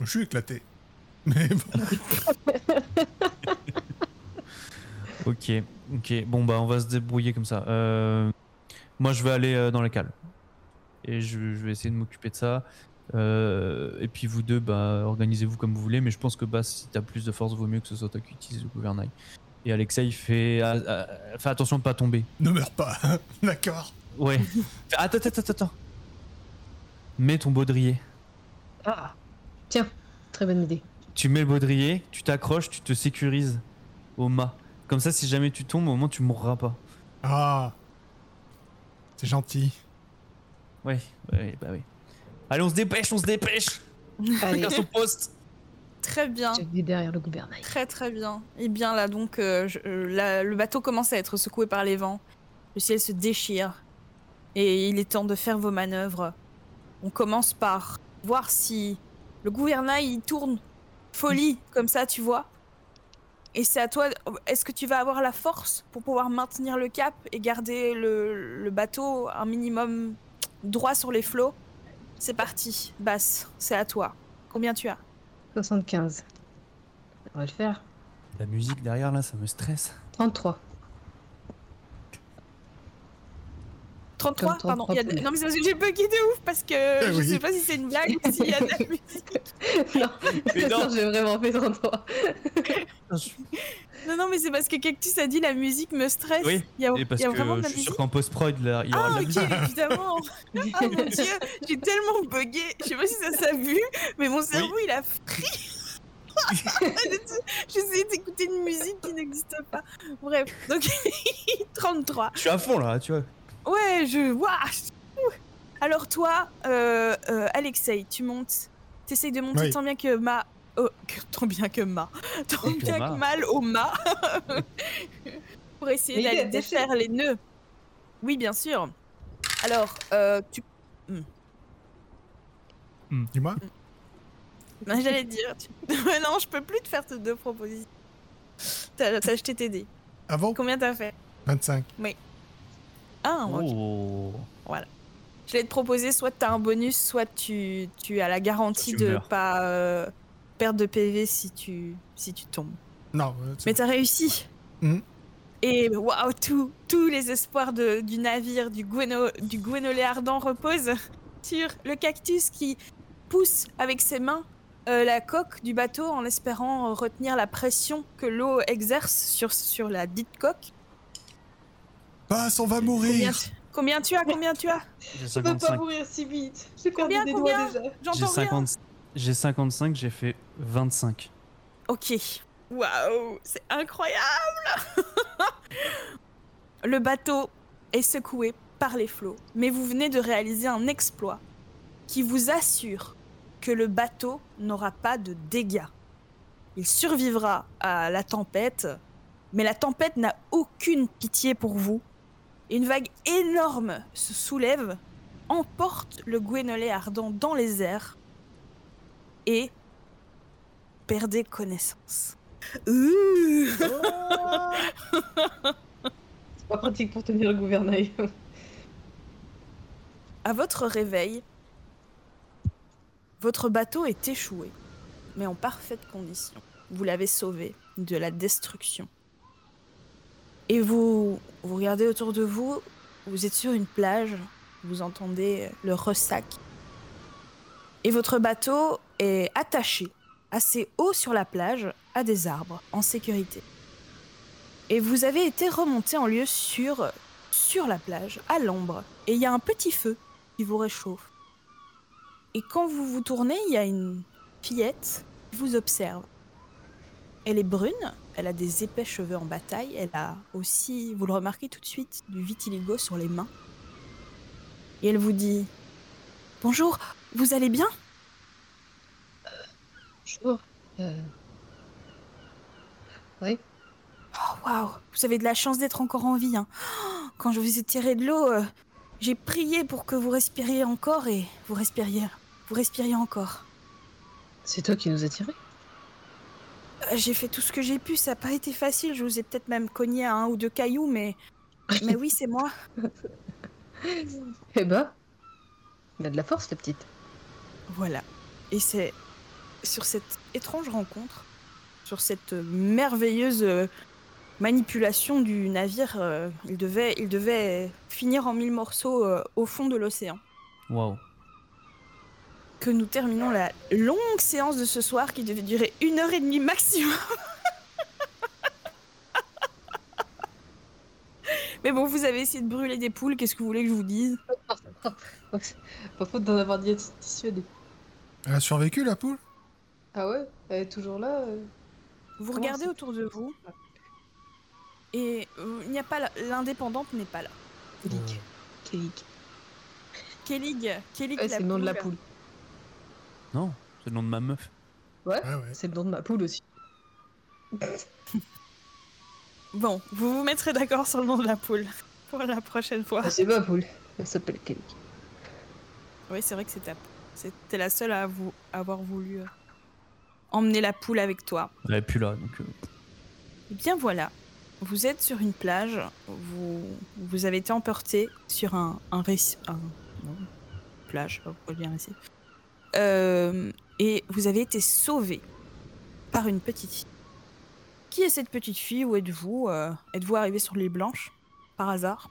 Je suis éclaté. Mais bon,
Ok, ok. Bon, bah, on va se débrouiller comme ça. Euh, Moi, je vais aller euh, dans la cale. Et je, je vais essayer de m'occuper de ça. Euh, et puis vous deux, bah, organisez-vous comme vous voulez. Mais je pense que Bast, si t'as plus de force, vaut mieux que ce soit toi qui utilise le gouvernail. Et Alexei, fais, ah, ah, fais attention de pas tomber.
ne meurs pas. D'accord.
Ouais. attends, attends, attends, attends. Mets ton baudrier.
Ah Tiens, très bonne idée.
Tu mets le baudrier, tu t'accroches, tu te sécurises au mât. Comme ça, si jamais tu tombes, au moins tu mourras pas.
Ah. C'est gentil.
Ouais, ouais, bah oui. Allez, on se dépêche, on se dépêche.
Allez,
Chacun son poste.
Très bien.
je vais derrière le gouvernail.
Très très bien. Et bien là donc, euh, je- euh, la- le bateau commence à être secoué par les vents. Le ciel se déchire. Et il est temps de faire vos manœuvres. On commence par voir si le gouvernail il tourne folie comme ça, tu vois. Et c'est à toi. Est-ce que tu vas avoir la force pour pouvoir maintenir le cap et garder le, le bateau un minimum droit sur les flots C'est parti, Basse. C'est à toi. Combien tu as
75. On va le faire.
La musique derrière là, ça me stresse.
33.
33,
Comme
pardon. il y a de-
33,
Non, mais c'est parce que j'ai bugué de ouf parce que je
oui.
sais pas si c'est une blague ou s'il y a de la musique.
non,
Mais non.
non, j'ai vraiment fait 33.
Non, non, mais c'est parce que Cactus a dit la musique me stresse.
Oui,
Il y a,
Et parce
il y a
que
vraiment de
je
la
suis
musique.
sûr qu'en post-prod, là, il y aura
Ah,
de la
ok,
musique.
évidemment. Ah mon dieu, j'ai tellement bugué. Je sais pas si ça s'est vu, mais mon cerveau il a fri. J'essayais d'écouter une musique qui n'existe pas. Bref, donc 33.
Je suis à fond là, tu vois.
Ouais, je. Ouah, je- ouh. Alors toi, euh, euh, Alexei, tu montes. T'essayes de monter
Oui.
tant bien que ma. oh, que- tant bien que ma. Tant
Que
bien
ma.
que mal au mât. Pour essayer
Mais il a
d'aller
défait.
défaire les nœuds. Oui, bien sûr. Alors, euh, tu.
Dis-moi.
Ben, J'allais te dire. tu- Ouais, non, je peux plus te faire tes deux propositions. T'as t'as acheté tes dés.
Avant
Combien t'as fait
25.
Ah, ok.
Oh.
Je vais te proposer soit tu as un bonus, soit tu, tu as la garantie
Soit tu
de
meurs.
pas euh, perdre de PV si tu, si tu tombes.
Non, euh, c'est
Mais t'as réussi.
Mhm.
Et waouh, tous- tous les espoirs de- du navire, du, guéno, du guénolé ardent reposent sur le cactus qui pousse avec ses mains euh, la coque du bateau en espérant euh, retenir la pression que l'eau exerce sur, sur la dite coque.
Passe, on Bah, va
Combien,
mourir
tu- combien tu as Combien tu as
J'ai
Je peux pas
55.
mourir si vite. J'ai perdu
Combien,
des
combien
doigts déjà.
J'ai
J'entends rien.
50 J'ai 55, j'ai fait 25.
Ok. Waouh, c'est incroyable Le bateau est secoué par les flots, mais vous venez de réaliser un exploit qui vous assure que le bateau n'aura pas de dégâts. Il survivra à la tempête, mais la tempête n'a aucune pitié pour vous. Une vague énorme se soulève, emporte le Gwénolé ardent dans les airs et perdez connaissance. Ouh
C'est pas pratique pour tenir le gouvernail.
À votre réveil, votre bateau est échoué, mais en parfaite condition. Vous l'avez sauvé de la destruction. Et vous, vous regardez autour de vous, vous êtes sur une plage, vous entendez le ressac. Et votre bateau est attaché assez haut sur la plage à des arbres, en sécurité. Et vous avez été remonté en lieu sûr sur la plage, à l'ombre, et il y a un petit feu qui vous réchauffe. Et quand vous vous tournez, il y a une fillette qui vous observe. Elle est brune, elle a des épais cheveux en bataille, elle a aussi, vous le remarquez tout de suite, du vitiligo sur les mains. Et elle vous dit Bonjour, vous allez bien
Bonjour. Euh... Oui.
Oh, Waouh, vous avez de la chance d'être encore en vie. hein. Oh, Quand je vous ai tiré de l'eau, euh, j'ai prié pour que vous respiriez encore et vous respiriez, vous respiriez encore.
C'est toi qui nous as tirés
Euh, J'ai fait tout ce que j'ai pu, ça n'a pas été facile. Je vous ai peut-être même cogné à un ou deux cailloux, mais, mais oui, c'est moi.
Eh bah. Elle a de la force, la petite.
Voilà. Et c'est sur cette étrange rencontre, sur cette euh, merveilleuse euh, manipulation du navire, euh, il, devait, il devait finir en mille morceaux euh, au fond de l'océan,
Waouh.
que nous terminons la longue séance de ce soir qui devait durer une heure et demie maximum. Mais bon, vous avez essayé de brûler des poules, qu'est-ce que vous voulez que je vous dise
Pas faute d'en avoir dit dissuadé.
Elle a survécu, la poule
Ah ouais Elle est toujours là euh
Vous
Comment
regardez
c'est-
autour de vous et euh, il n'y a pas la- l'indépendante n'est pas là.
Kélik. Kélik.
Kellig, Kellig
Ouais,
la
c'est le nom de la
poule.
poule.
Non, c'est le nom de ma meuf.
Ouais, ouais.
C'est le nom de ma poule aussi.
Bon, vous vous mettrez d'accord sur le nom de la poule pour la prochaine fois.
Ah, c'est ma poule. Elle s'appelle Kélik.
Oui, c'est vrai que c'est ta poule. C'était la seule à vous avoir voulu euh, emmener la poule avec toi.
Elle est plus là, donc. euh,
Eh bien voilà, vous êtes sur une plage, vous, vous avez été emporté sur un, un récif. un- non, plage, je sais pas pourquoi je dis un récif. Euh, et vous avez été sauvé par une petite fille. Qui est cette petite fille Où êtes-vous Euh, Êtes-vous arrivé sur l'île Blanche Par hasard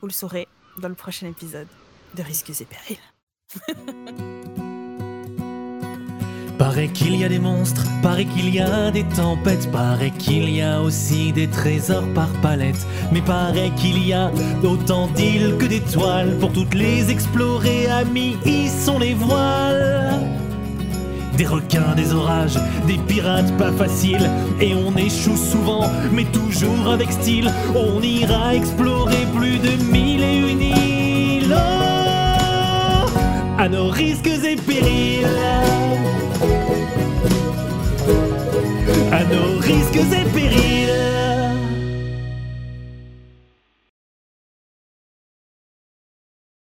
Vous le saurez dans le prochain épisode de Risques et Périls.
Paraît qu'il y a des monstres, paraît qu'il y a des tempêtes, paraît qu'il y a aussi des trésors par palette. Mais paraît qu'il y a autant d'îles que d'étoiles pour toutes les explorer, amis, y sont les voiles. Des requins, des orages, des pirates pas faciles, et on échoue souvent, mais toujours avec style. On ira explorer plus de mille et une îles, Oh, à nos risques et périls à nos risques et périls.